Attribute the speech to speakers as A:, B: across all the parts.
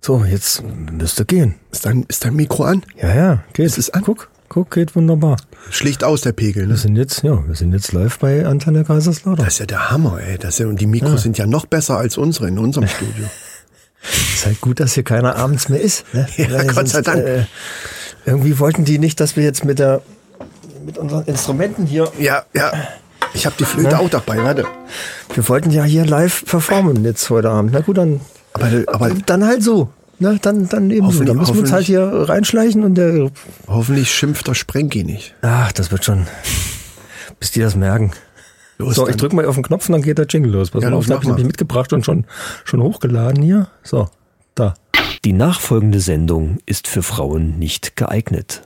A: So, jetzt müsste gehen.
B: Ist dein, ist dein Mikro an?
A: Ja, ja, geht.
B: Es ist an.
A: Guck, guck, geht wunderbar.
B: Schlicht aus der Pegel,
A: Wir
B: ne?
A: sind jetzt, ja, wir sind jetzt live bei Antenne Kaiserslautern.
B: Das ist ja der Hammer, ey. Das ist ja, und die Mikros sind ja noch besser als unsere in unserem Studio.
A: Ist halt gut, dass hier keiner abends mehr ist. Ne?
B: Ja,
A: Weil
B: Gott sei Dank.
A: Äh, irgendwie wollten die nicht, dass wir jetzt mit der mit unseren Instrumenten hier.
B: Ja, ja. Ich habe die Flöte auch dabei, warte.
A: Wir wollten ja hier live performen jetzt heute Abend. Na gut, dann.
B: Aber, aber
A: dann halt so. Ne? Dann, dann eben so.
B: Hoffentlich-
A: Dann müssen wir uns halt
B: hoffentlich-
A: hier reinschleichen und der.
B: hoffentlich schimpft der Sprenki nicht.
A: Ach, das wird schon. Bis die das merken.
B: Los,
A: So, ich
B: dann.
A: drück mal auf den Knopf und dann geht der Jingle los. Pass
B: Ja,
A: mal auf,
B: los,
A: ich habe
B: mach mal.
A: nämlich mitgebracht und schon, schon hochgeladen hier. So, da.
C: Die nachfolgende Sendung ist für Frauen nicht geeignet.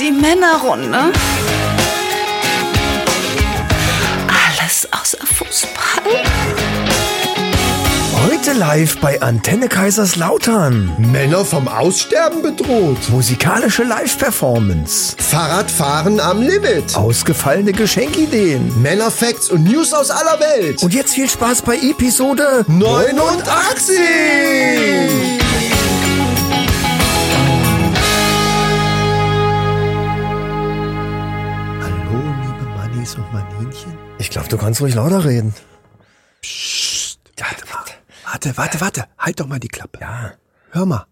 D: Die Männerrunde. Alles außer Fußball.
A: Heute live bei Antenne Kaiserslautern.
E: Männer vom Aussterben bedroht.
A: Musikalische Live-Performance.
E: Fahrradfahren am Limit.
A: Ausgefallene Geschenkideen.
E: Männerfacts und News aus aller Welt.
A: Und jetzt viel Spaß bei Episode
E: 89!
B: Hallo, liebe Mannis und Maninchen.
A: Ich glaube, du kannst ruhig lauter reden.
B: Ja, warte, warte, warte, warte. Halt doch mal die Klappe. Ja. Hör mal.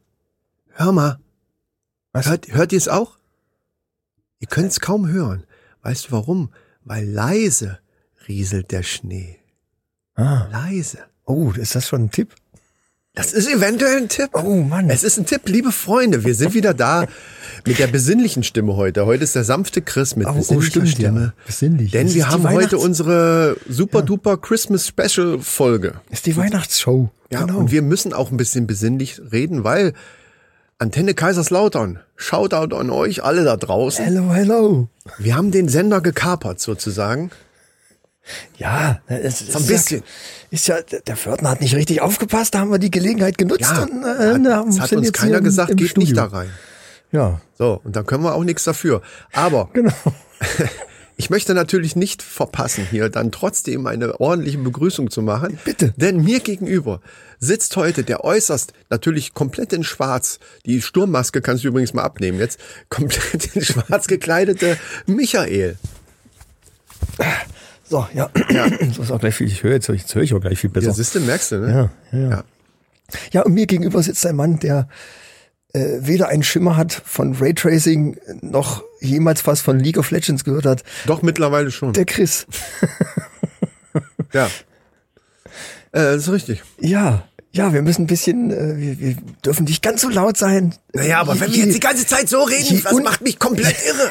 B: Hör mal.
A: Was?
B: Hört, hört ihr es auch? Ihr könnt es kaum hören. Weißt du warum? Weil leise rieselt der Schnee.
A: Ah.
B: Leise.
A: Oh, ist das schon ein Tipp?
B: Das ist eventuell ein Tipp.
A: Oh, Mann.
B: Es ist ein Tipp, liebe Freunde. Wir sind wieder da mit der besinnlichen Stimme heute. Heute ist der sanfte Chris mit
A: Oh, oh,
B: besinnlicher
A: stimmt, ja.
B: Stimme.
A: Besinnlich.
B: Denn
A: Das
B: wir
A: ist die
B: haben
A: Weihnachts-
B: heute unsere super duper Christmas Special Folge.
A: Ist die Weihnachtsshow.
B: Ja, und wir müssen auch ein bisschen besinnlich reden, weil Antenne Kaiserslautern, Shoutout an euch alle da draußen.
A: hello, hello.
B: Wir haben den Sender gekapert sozusagen.
A: Ja, es ist
B: So ein bisschen.
A: Ist ja, der Fördner hat nicht richtig aufgepasst, da haben wir die Gelegenheit genutzt.
B: Ja,
A: und,
B: hat, es hat
A: äh, sind
B: uns
A: jetzt hier
B: keiner
A: im-
B: gesagt,
A: im
B: geht
A: Studio.
B: nicht da rein.
A: Ja,
B: So, und dann können wir auch nichts dafür. Aber
A: genau.
B: ich möchte natürlich nicht verpassen, hier dann trotzdem eine ordentliche Begrüßung zu machen.
A: Bitte.
B: Denn mir gegenüber sitzt heute der äußerst, natürlich komplett in schwarz, die Sturmmaske kannst du übrigens mal abnehmen jetzt, komplett in schwarz gekleidete Michael.
A: So, ja. Das ist auch gleich viel, ich höre jetzt, jetzt höre ich auch gleich viel
B: Ja,
A: besser.
B: siehst du, merkst du, ne?
A: Ja, ja, ja.
B: Ja.
A: Ja, und mir gegenüber sitzt ein Mann, der äh, weder einen Schimmer hat von Raytracing noch jemals was von League of Legends gehört hat.
B: Doch, mittlerweile schon.
A: Der Chris.
B: Ja. Äh, das ist richtig.
A: Ja, ja, wir müssen ein bisschen, äh, wir, wir dürfen nicht ganz so laut sein. Je- je-
B: ganze Zeit so
A: je un-
B: mich komplett irre.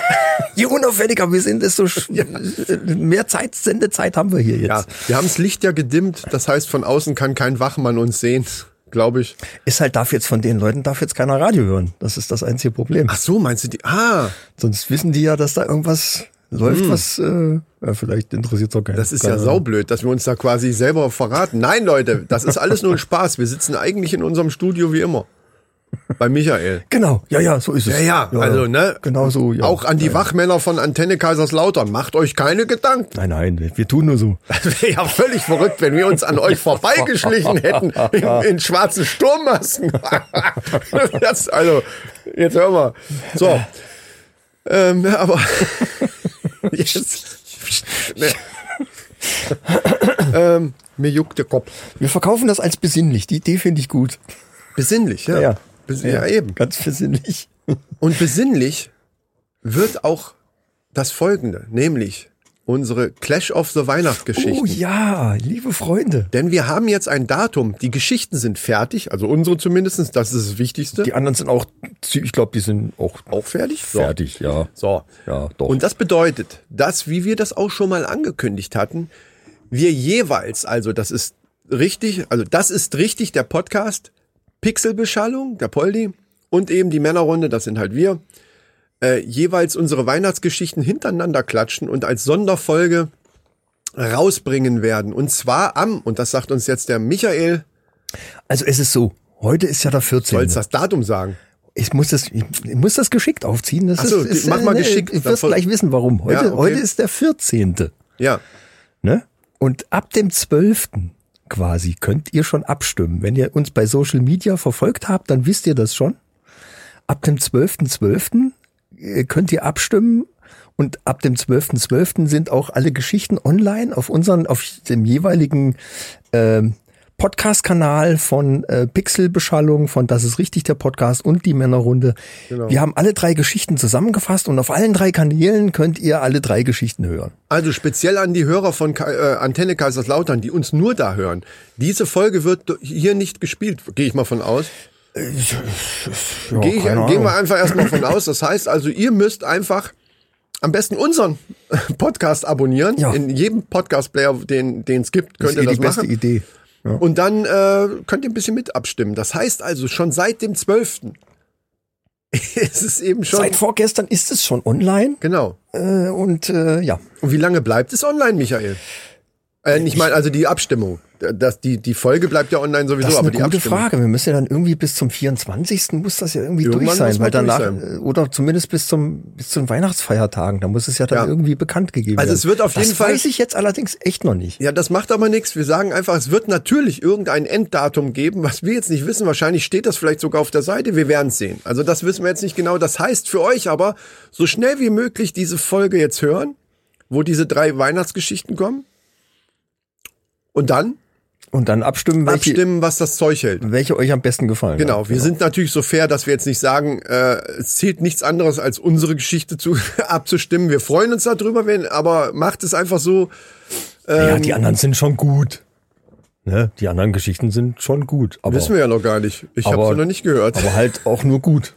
A: Je unauffälliger wir sind, desto sch- äh, mehr Zeit, Sendezeit haben wir hier jetzt.
B: ja, wir haben das Licht ja gedimmt, das heißt, von außen kann kein Wachmann uns sehen, glaube ich.
A: Ist halt, darf jetzt von den Leuten, darf jetzt keiner Radio hören. Das ist das einzige Problem.
B: Ach so, meinst du die? Ah,
A: Sonst wissen die ja, dass da irgendwas läuft, was äh, ja, vielleicht interessiert doch keinen.
B: Hm. das ist ja saublöd, dass wir uns da quasi selber verraten. Nein, Leute, das ist alles nur ein Spaß. Wir sitzen eigentlich in unserem Studio wie immer. Bei Michael.
A: Genau, ja, ja, so ist es.
B: Ja, ja, also, ne?
A: Genau so, ja.
B: Auch an die Wachmänner von Antenne Kaiserslautern. Macht euch keine Gedanken.
A: Nein, nein, wir, wir tun nur so.
B: Das wäre ja völlig verrückt, wenn wir uns an euch vorbeigeschlichen hätten in, in schwarzen Sturmmasken. das, also, jetzt hör mal. So. Ähm, aber jetzt. Ne. ähm, mir juckt der Kopf.
A: Wir verkaufen das als besinnlich. Die Idee finde ich gut.
B: Besinnlich, ja.
A: Ja.
B: Bes ja, eben.
A: Ganz besinnlich.
B: Und besinnlich wird auch das Folgende, nämlich unsere Clash of the Weihnachtsgeschichten.
A: Oh ja, liebe Freunde.
B: Denn wir haben jetzt ein Datum. Die Geschichten sind fertig, also unsere zumindestens. das ist das Wichtigste.
A: Die anderen sind auch, zie- ich glaube, die sind auch
B: auch fertig? So.
A: fertig, ja.
B: So.
A: Ja, doch.
B: Und das bedeutet, dass, wie wir das auch schon mal angekündigt hatten, wir jeweils, also das ist richtig, also das ist richtig der Podcast, Pixelbeschallung, der Poldi und eben die Männerrunde, das sind halt wir, äh, jeweils unsere Weihnachtsgeschichten hintereinander klatschen und als Sonderfolge rausbringen werden. Und zwar am, und das sagt uns jetzt der Michael,
A: Also es ist so, heute ist ja der 14.
B: sollst das Datum sagen.
A: Ich muss das, ich, ich muss das geschickt aufziehen. Das
B: Ach so,
A: ist, ist,
B: mach mal geschickt.
A: Ich wirst
B: Davon-
A: gleich wissen, warum. Heute,
B: Ja, okay.
A: heute ist der 14.
B: Ja,
A: Ne? Und ab dem 12. quasi könnt ihr schon abstimmen. Wenn ihr uns bei Social Media verfolgt habt, dann wisst ihr das schon. Ab dem 12.12. äh, könnt ihr abstimmen. Und ab dem 12.12. sind auch alle Geschichten online auf unseren, auf dem jeweiligen ähm, Podcast-Kanal von äh, Pixelbeschallung, von Das ist richtig, der Podcast und die Männerrunde. Wir haben alle drei Geschichten zusammengefasst und auf allen drei Kanälen könnt ihr alle drei Geschichten hören.
B: Also speziell an die Hörer von Ka- äh, Antenne Kaiserslautern, die uns nur da hören. Diese Folge wird do- hier nicht gespielt, gehe ich mal von aus. Gehe ich,
A: Oh, keine
B: gehen
A: Ahnung.
B: wir einfach erstmal von aus. Das heißt also, ihr müsst einfach am besten unseren Podcast abonnieren.
A: Ja.
B: In jedem Podcast-Player, den den es gibt, könnt
A: eh
B: ihr das
A: die beste
B: machen.
A: Idee.
B: Und dann äh, könnt ihr ein bisschen mit abstimmen. Das heißt also, schon seit dem 12. ist es eben schon.
A: Seit vorgestern ist es schon online
B: genau.
A: äh, und äh, ja,
B: Und wie lange bleibt es online, Michael? Äh, ich meine, also die Abstimmung. Das, die, die Folge bleibt ja online sowieso,
A: das ist
B: aber
A: eine
B: die
A: gute
B: Abstimmung.
A: Frage. Wir müssen ja dann irgendwie bis zum 24. muss das ja irgendwie
B: Irgendwann
A: durch
B: muss
A: sein,
B: man
A: weil danach
B: durch sein.
A: äh, oder zumindest bis zum bis zu den Weihnachtsfeiertagen, da muss es ja dann
B: Ja.
A: irgendwie bekannt gegeben
B: Also
A: werden.
B: es wird auf
A: das
B: jeden Fall-
A: weiß ich jetzt allerdings echt noch nicht.
B: Ja, das macht aber nichts. Wir sagen einfach, es wird natürlich irgendein Enddatum geben, was wir jetzt nicht wissen. Wahrscheinlich steht das vielleicht sogar auf der Seite. Wir werden es sehen. Also das wissen wir jetzt nicht genau. Das heißt für euch aber, so schnell wie möglich diese Folge jetzt hören, wo diese drei Weihnachtsgeschichten kommen. Und dann
A: Und dann abstimmen, welche,
B: abstimmen, was das Zeug hält.
A: welche euch am besten gefallen.
B: Genau,
A: hat.
B: wir sind natürlich so fair, dass wir jetzt nicht sagen, äh, es zählt nichts anderes als unsere Geschichte zu abzustimmen. Wir freuen uns darüber, wenn, aber macht es einfach so.
A: ja,
B: ähm,
A: die anderen sind schon gut. Ne? Die anderen Geschichten sind schon gut, aber,
B: Wissen wir ja noch gar nicht. Ich habe
A: Aber-
B: sie noch nicht gehört.
A: aber halt auch nur gut.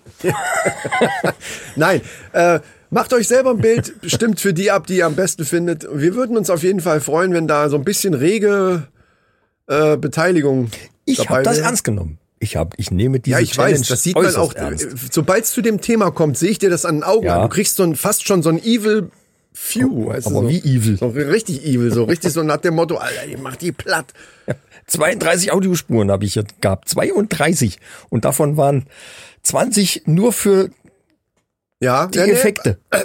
B: Nein, äh, macht euch selber ein Bild, stimmt für die ab, die ihr am besten findet. Wir würden uns auf jeden Fall freuen, wenn da so ein bisschen rege äh, Beteiligung
A: Ich
B: dabei
A: habe das
B: wäre.
A: ernst genommen. Ich habe, ich nehme diese
B: Ja, ich
A: Challenge
B: weiß, das sieht man
A: äußerst
B: auch.
A: ernst.
B: Sobald es zu dem Thema kommt, sehe ich dir das an den Augen
A: Ja.
B: an. Du kriegst so ein, fast schon so ein Evil Few. weißt du,
A: aber
B: so,
A: wie evil.
B: So richtig evil, so richtig so nach dem Motto, Alter, ich mach die platt.
A: 32 Audiospuren habe ich jetzt gehabt, 32 und davon waren 20 nur für
B: Ja,
A: die
B: ja, nee.
A: Effekte.
B: Ach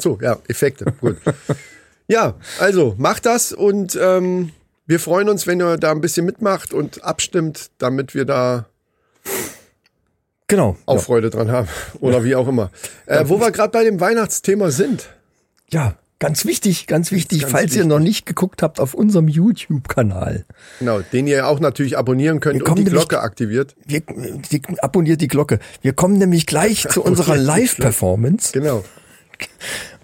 B: so, ja, Effekte, gut. ja, also macht das und ähm, wir freuen uns, wenn ihr da ein bisschen mitmacht und abstimmt, damit wir da
A: Genau.
B: auch Freude dran haben oder wie auch immer. Äh, wo wir gerade bei dem Weihnachtsthema sind.
A: Ja, ganz wichtig, ganz wichtig,
B: Ganz
A: falls ihr noch nicht geguckt habt auf unserem YouTube Kanal.
B: Genau, den ihr auch natürlich abonnieren könnt
A: Wir
B: und
A: kommen
B: die
A: nämlich-
B: Glocke aktiviert.
A: Wir, die, abonniert die Glocke. Wir kommen nämlich gleich zu unserer Live Performance.
B: Genau.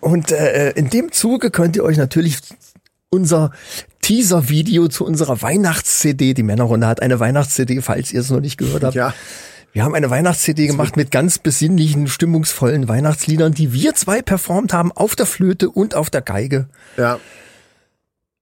A: Und äh, in dem Zuge könnt ihr euch natürlich unser Teaser-Video zu unserer Weihnachts-CD, die Männerrunde hat eine Weihnachts-CD, falls ihr es noch nicht gehört habt.
B: Ja.
A: Wir haben eine Weihnachts-CD gemacht mit ganz besinnlichen, stimmungsvollen Weihnachtsliedern, die wir zwei performt haben auf der Flöte und auf der Geige.
B: Ja,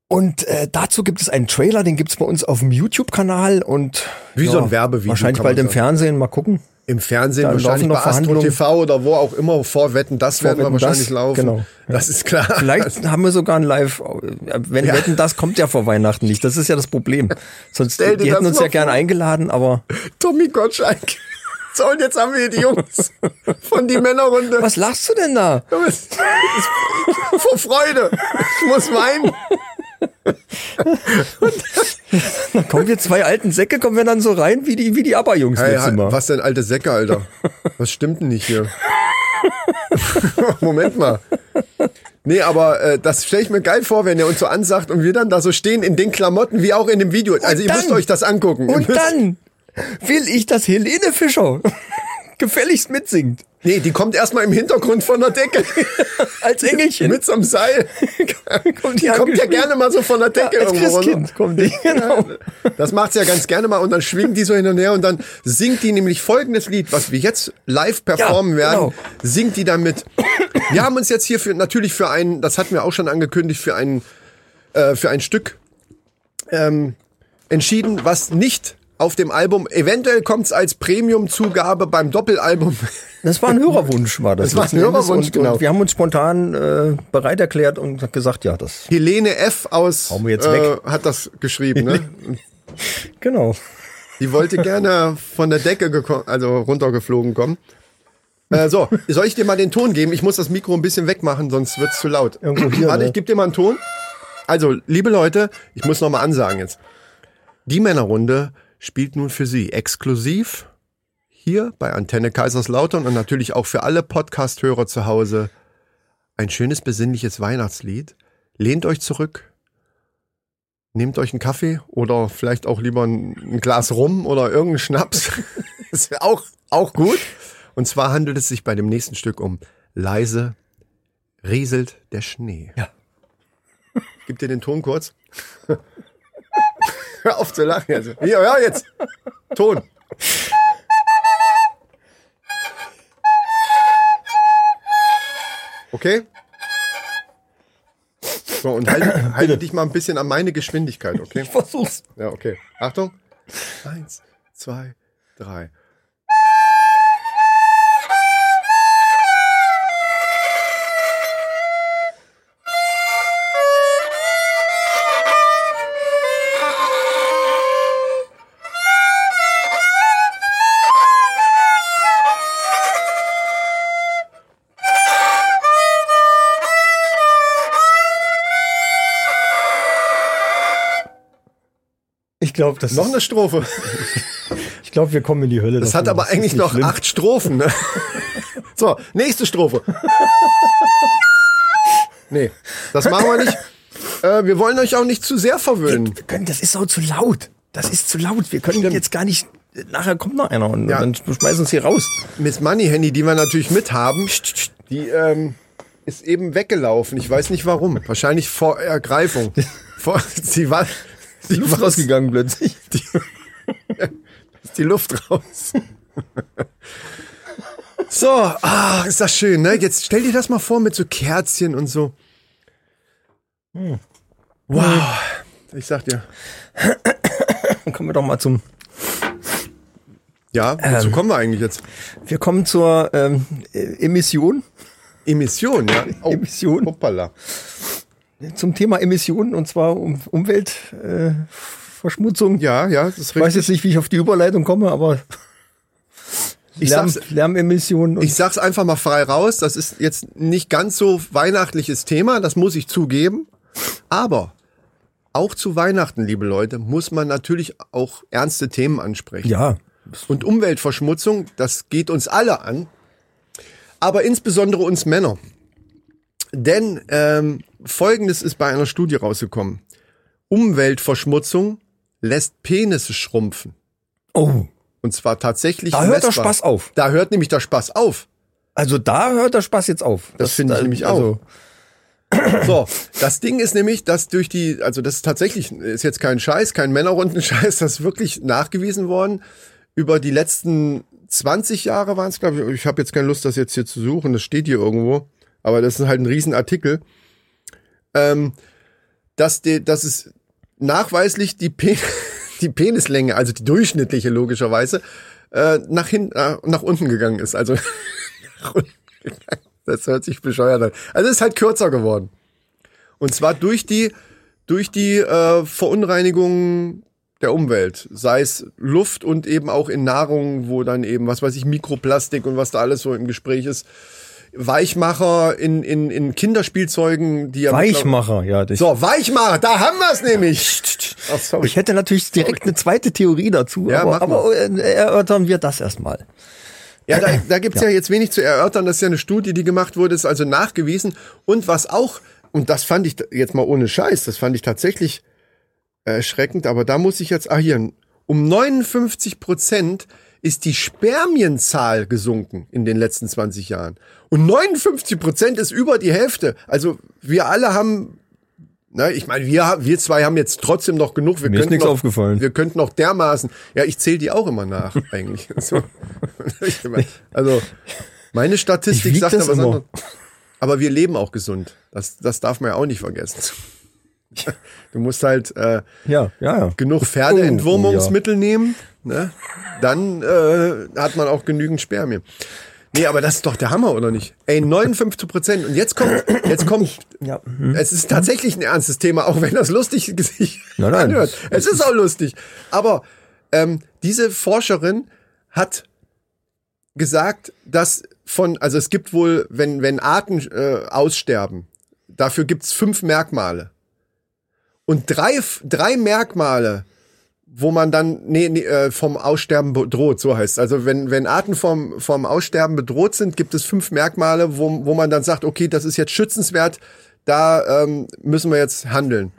A: Und äh, dazu gibt es einen Trailer, den gibt's bei uns auf dem YouTube-Kanal und
B: Wie so ein Werbevideo
A: Wahrscheinlich
B: kann man
A: bald im
B: sagen.
A: Fernsehen, mal gucken.
B: im Fernsehen
A: Da laufen
B: wahrscheinlich
A: noch
B: bei Astro
A: Verhandlungen.
B: TV oder wo auch immer vorwetten, das werden wir
A: Wetten,
B: wahrscheinlich
A: das,
B: laufen.
A: genau.
B: Das ist klar.
A: Vielleicht haben wir sogar ein Live. Wenn
B: Also Ja.
A: wetten, das kommt ja vor Weihnachten nicht. Das ist ja das Problem. Sonst
B: Stell dir
A: die hätten
B: das
A: uns
B: mal
A: ja gerne
B: vor.
A: eingeladen, aber
B: Tommy Gottschalk. So, und jetzt haben wir hier die Jungs von die Männerrunde.
A: was lachst du denn da?
B: Jungs, ich- Vor Freude. Ich muss weinen.
A: Da kommen wir zwei alten Säcke, kommen wir dann so rein wie die wie die Abba-Jungs
B: Hey,
A: letztes Mal.
B: was denn, alte Säcke, Alter? Was stimmt denn nicht hier? Moment mal. Nee, aber äh, das stelle ich mir geil vor, wenn er uns so ansagt und wir dann da so stehen in den Klamotten wie auch in dem Video. Also ihr
A: dann-
B: müsst euch das angucken. Ihr
A: Und
B: müsst,
A: dann will ich, dass Helene Fischer gefälligst mitsingt.
B: nee, die kommt erstmal im Hintergrund von der Decke
A: Als Engelchen.
B: mit so einem Seil.
A: kommt
B: Die kommt ja gerne mal so von der Decke
A: als
B: irgendwo runter.
A: Christkind. Kommt die, genau.
B: Das macht's ja ganz gerne mal und dann schwingen die so hin und her und dann singt die nämlich folgendes Lied, was wir jetzt live performen
A: Ja, genau.
B: werden, singt die dann mit. Wir haben uns jetzt hier für, natürlich für einen, das hatten wir auch schon angekündigt, für einen, äh, für ein Stück ähm, entschieden, was nicht auf dem Album, eventuell kommt's als Premium-Zugabe beim Doppelalbum.
A: Das war ein Hörerwunsch, war das.
B: Das war ein
A: letzten Endes.
B: Hörerwunsch,
A: und,
B: genau.
A: Und wir haben uns spontan äh, bereit erklärt und gesagt, ja, das.
B: Helene F. aus äh,
A: Hauen wir jetzt weg.
B: hat das geschrieben. Ne?
A: Genau.
B: Die wollte gerne von der Decke geko- also runtergeflogen kommen. Äh, so, soll ich dir mal den Ton geben? Ich muss das Mikro ein bisschen wegmachen, sonst wird's zu laut.
A: Irgendwo hier,
B: Warte,
A: ne?
B: ich geb dir mal einen Ton. Also, liebe Leute, ich muss nochmal ansagen jetzt. Die Männerrunde spielt nun für Sie exklusiv hier bei Antenne Kaiserslautern und natürlich auch für alle Podcast-Hörer zu Hause ein schönes, besinnliches Weihnachtslied. Lehnt euch zurück, nehmt euch einen Kaffee oder vielleicht auch lieber ein, ein Glas Rum oder irgendeinen Schnaps. Ist ja auch, auch gut. Und zwar handelt es sich bei dem nächsten Stück um Leise rieselt der Schnee.
A: Ja.
B: Gib dir den Ton kurz. Hör auf zu lachen. Also. Hier, hör jetzt. Ton. Okay? So, und halte, halte dich mal ein bisschen an meine Geschwindigkeit, okay?
A: Versuch's.
B: Ja, okay. Achtung. Eins, zwei, drei.
A: Ich glaube, das
B: Noch eine Strophe.
A: ist, ich glaube, wir kommen in die Hölle.
B: Das hat aber eigentlich noch acht Strophen. Ne? So, nächste Strophe. Nee, das machen wir nicht. Äh, wir wollen euch auch nicht zu sehr verwöhnen.
A: Wir können, das ist auch zu laut. Das ist zu laut. Wir können jetzt gar nicht. Nachher kommt noch einer und
B: Ja.
A: dann schmeißen uns hier raus.
B: Miss Money Handy, die wir natürlich mithaben, die ähm, ist eben weggelaufen. Ich weiß nicht warum. Wahrscheinlich vor Ergreifung. Vor, sie war, sie war
A: rausgegangen plötzlich.
B: ist die Luft raus. so, ah, ist das schön, ne? Jetzt stell dir das mal vor mit so Kerzchen und so.
A: Hm.
B: Wow. Ich sag dir.
A: Dann kommen wir doch mal zum.
B: Ja, wozu
A: Ähm.
B: kommen wir eigentlich jetzt?
A: Wir kommen zur ähm, äh, Emission.
B: Emission, ja. Oh,
A: Emission.
B: Hoppala.
A: Zum Thema Emissionen und zwar um Umweltverschmutzung. Äh, Verschmutzung.
B: Ja, ja, das ist
A: Ich weiß
B: richtig.
A: jetzt nicht, wie ich auf die Überleitung komme, aber
B: Ich
A: Lärm,
B: sag's-
A: Lärmemissionen und
B: Ich sag's einfach mal frei raus, das ist jetzt nicht ganz so weihnachtliches Thema, das muss ich zugeben. Aber auch zu Weihnachten, liebe Leute, muss man natürlich auch ernste Themen ansprechen.
A: ja,
B: Und Umweltverschmutzung, das geht uns alle an, aber insbesondere uns Männer. Denn ähm, Folgendes ist bei einer Studie rausgekommen. Umweltverschmutzung lässt Penisse schrumpfen.
A: oh,
B: Und zwar tatsächlich
A: Da hört der
B: messbar.
A: Spaß auf.
B: Da hört nämlich der Spaß auf.
A: also da hört der Spaß jetzt auf. also
B: Das finde ich nämlich auch. So, das Ding ist nämlich, dass durch die, also das ist tatsächlich, ist jetzt kein Scheiß, kein Männerrunden-Scheiß, das ist wirklich nachgewiesen worden. Über die letzten 20 Jahre waren es, glaube ich, ich habe jetzt keine Lust, das jetzt hier zu suchen, das steht hier irgendwo, aber das ist halt ein Riesenartikel, ähm, dass, die, dass es nachweislich die, Pe die Penislänge, also die durchschnittliche logischerweise, äh, nach, hin äh, nach unten gegangen ist. Also nach unten gegangen. das hört sich bescheuert an. Also es ist halt kürzer geworden. Und zwar durch die, durch die äh, Verunreinigung der Umwelt, sei es Luft und eben auch in Nahrung, wo dann eben, was weiß ich, Mikroplastik und was da alles so im Gespräch ist. Weichmacher in, in, in Kinderspielzeugen, die ja
A: Weichmacher, ja. das-
B: so, Weichmacher, da haben wir es nämlich. Oh, sorry.
A: Ich hätte natürlich direkt eine zweite Theorie dazu,
B: Ja,
A: aber,
B: mach mal.
A: aber äh, erörtern wir das erstmal.
B: Ja, da, da gibt's ja. jetzt wenig zu erörtern. Das ist ja eine Studie, die gemacht wurde, ist also nachgewiesen. Und was auch, und das fand ich t- jetzt mal ohne Scheiß, das fand ich tatsächlich erschreckend, aber da muss ich jetzt, ah hier, um 59 Prozent ist die Spermienzahl gesunken in den letzten 20 Jahren. Und 59 Prozent ist über die Hälfte. Also wir alle haben, ne, ich meine, wir, haben- wir zwei haben jetzt trotzdem noch genug. Wir
A: Mir ist
B: könnten
A: nichts
B: noch,
A: aufgefallen.
B: Wir könnten noch dermaßen, ja, ich zähle die auch immer nach eigentlich. So. also meine Statistik
A: Ich wieg
B: sagt da
A: das
B: was
A: immer.
B: anderes. Aber wir leben auch gesund. Das, das darf man ja auch nicht vergessen. Du musst halt äh,
A: Ja, ja, ja.
B: genug
A: Oh,
B: Pferdeentwurmungsmittel nehmen, ne? dann äh, hat man auch genügend Spermien. Nee, aber das ist doch der Hammer, oder nicht? Ey, 59 Prozent. Und jetzt kommt, jetzt kommt,
A: Ja.
B: es ist tatsächlich ein ernstes Thema, auch wenn das lustig sich
A: Nein, nein.
B: anhört. Es ist auch lustig. Aber ähm, diese Forscherin hat gesagt, dass von, also es gibt wohl, wenn, wenn Arten äh, aussterben, dafür gibt's fünf Merkmale. Und drei, drei Merkmale, wo man dann nee, nee, äh, vom Aussterben bedroht, so heißt Also wenn, wenn Arten vom, vom Aussterben bedroht sind, gibt es fünf Merkmale, wo, wo man dann sagt, okay, das ist jetzt schützenswert, da ähm, müssen wir jetzt handeln.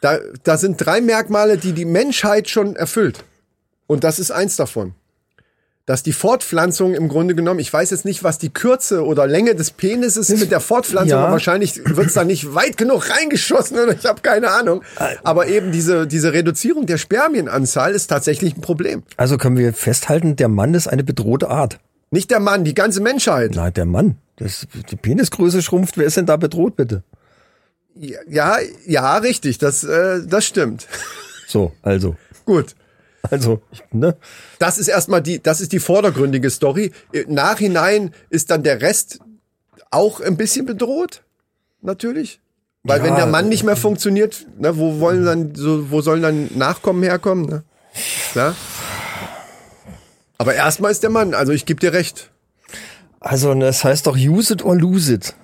B: Da, da sind drei Merkmale, die die Menschheit schon erfüllt. Und das ist eins davon. Dass die Fortpflanzung im Grunde genommen, ich weiß jetzt nicht, was die Kürze oder Länge des Penises mit der Fortpflanzung,
A: Ja.
B: aber wahrscheinlich wird's da nicht weit genug reingeschossen oder ich habe keine Ahnung. Aber eben diese, diese Reduzierung der Spermienanzahl ist tatsächlich ein Problem.
A: Also können wir festhalten, der Mann ist eine bedrohte Art.
B: Nicht der Mann, die ganze Menschheit.
A: Nein, der Mann. Das, die Penisgröße schrumpft. Wer ist denn da bedroht, bitte?
B: Ja, ja, richtig, das, äh, das stimmt.
A: So, also.
B: Gut.
A: Also, ich- ne?
B: Das ist erstmal die, das ist die vordergründige Story. Im Nachhinein ist dann der Rest auch ein bisschen bedroht, natürlich. Weil
A: Ja.
B: wenn der Mann nicht mehr funktioniert, ne, wo wollen dann, so, wo sollen dann Nachkommen herkommen? Ne? Klar. Aber erstmal ist der Mann, also ich geb dir recht.
A: Also, das heißt doch use it or lose it.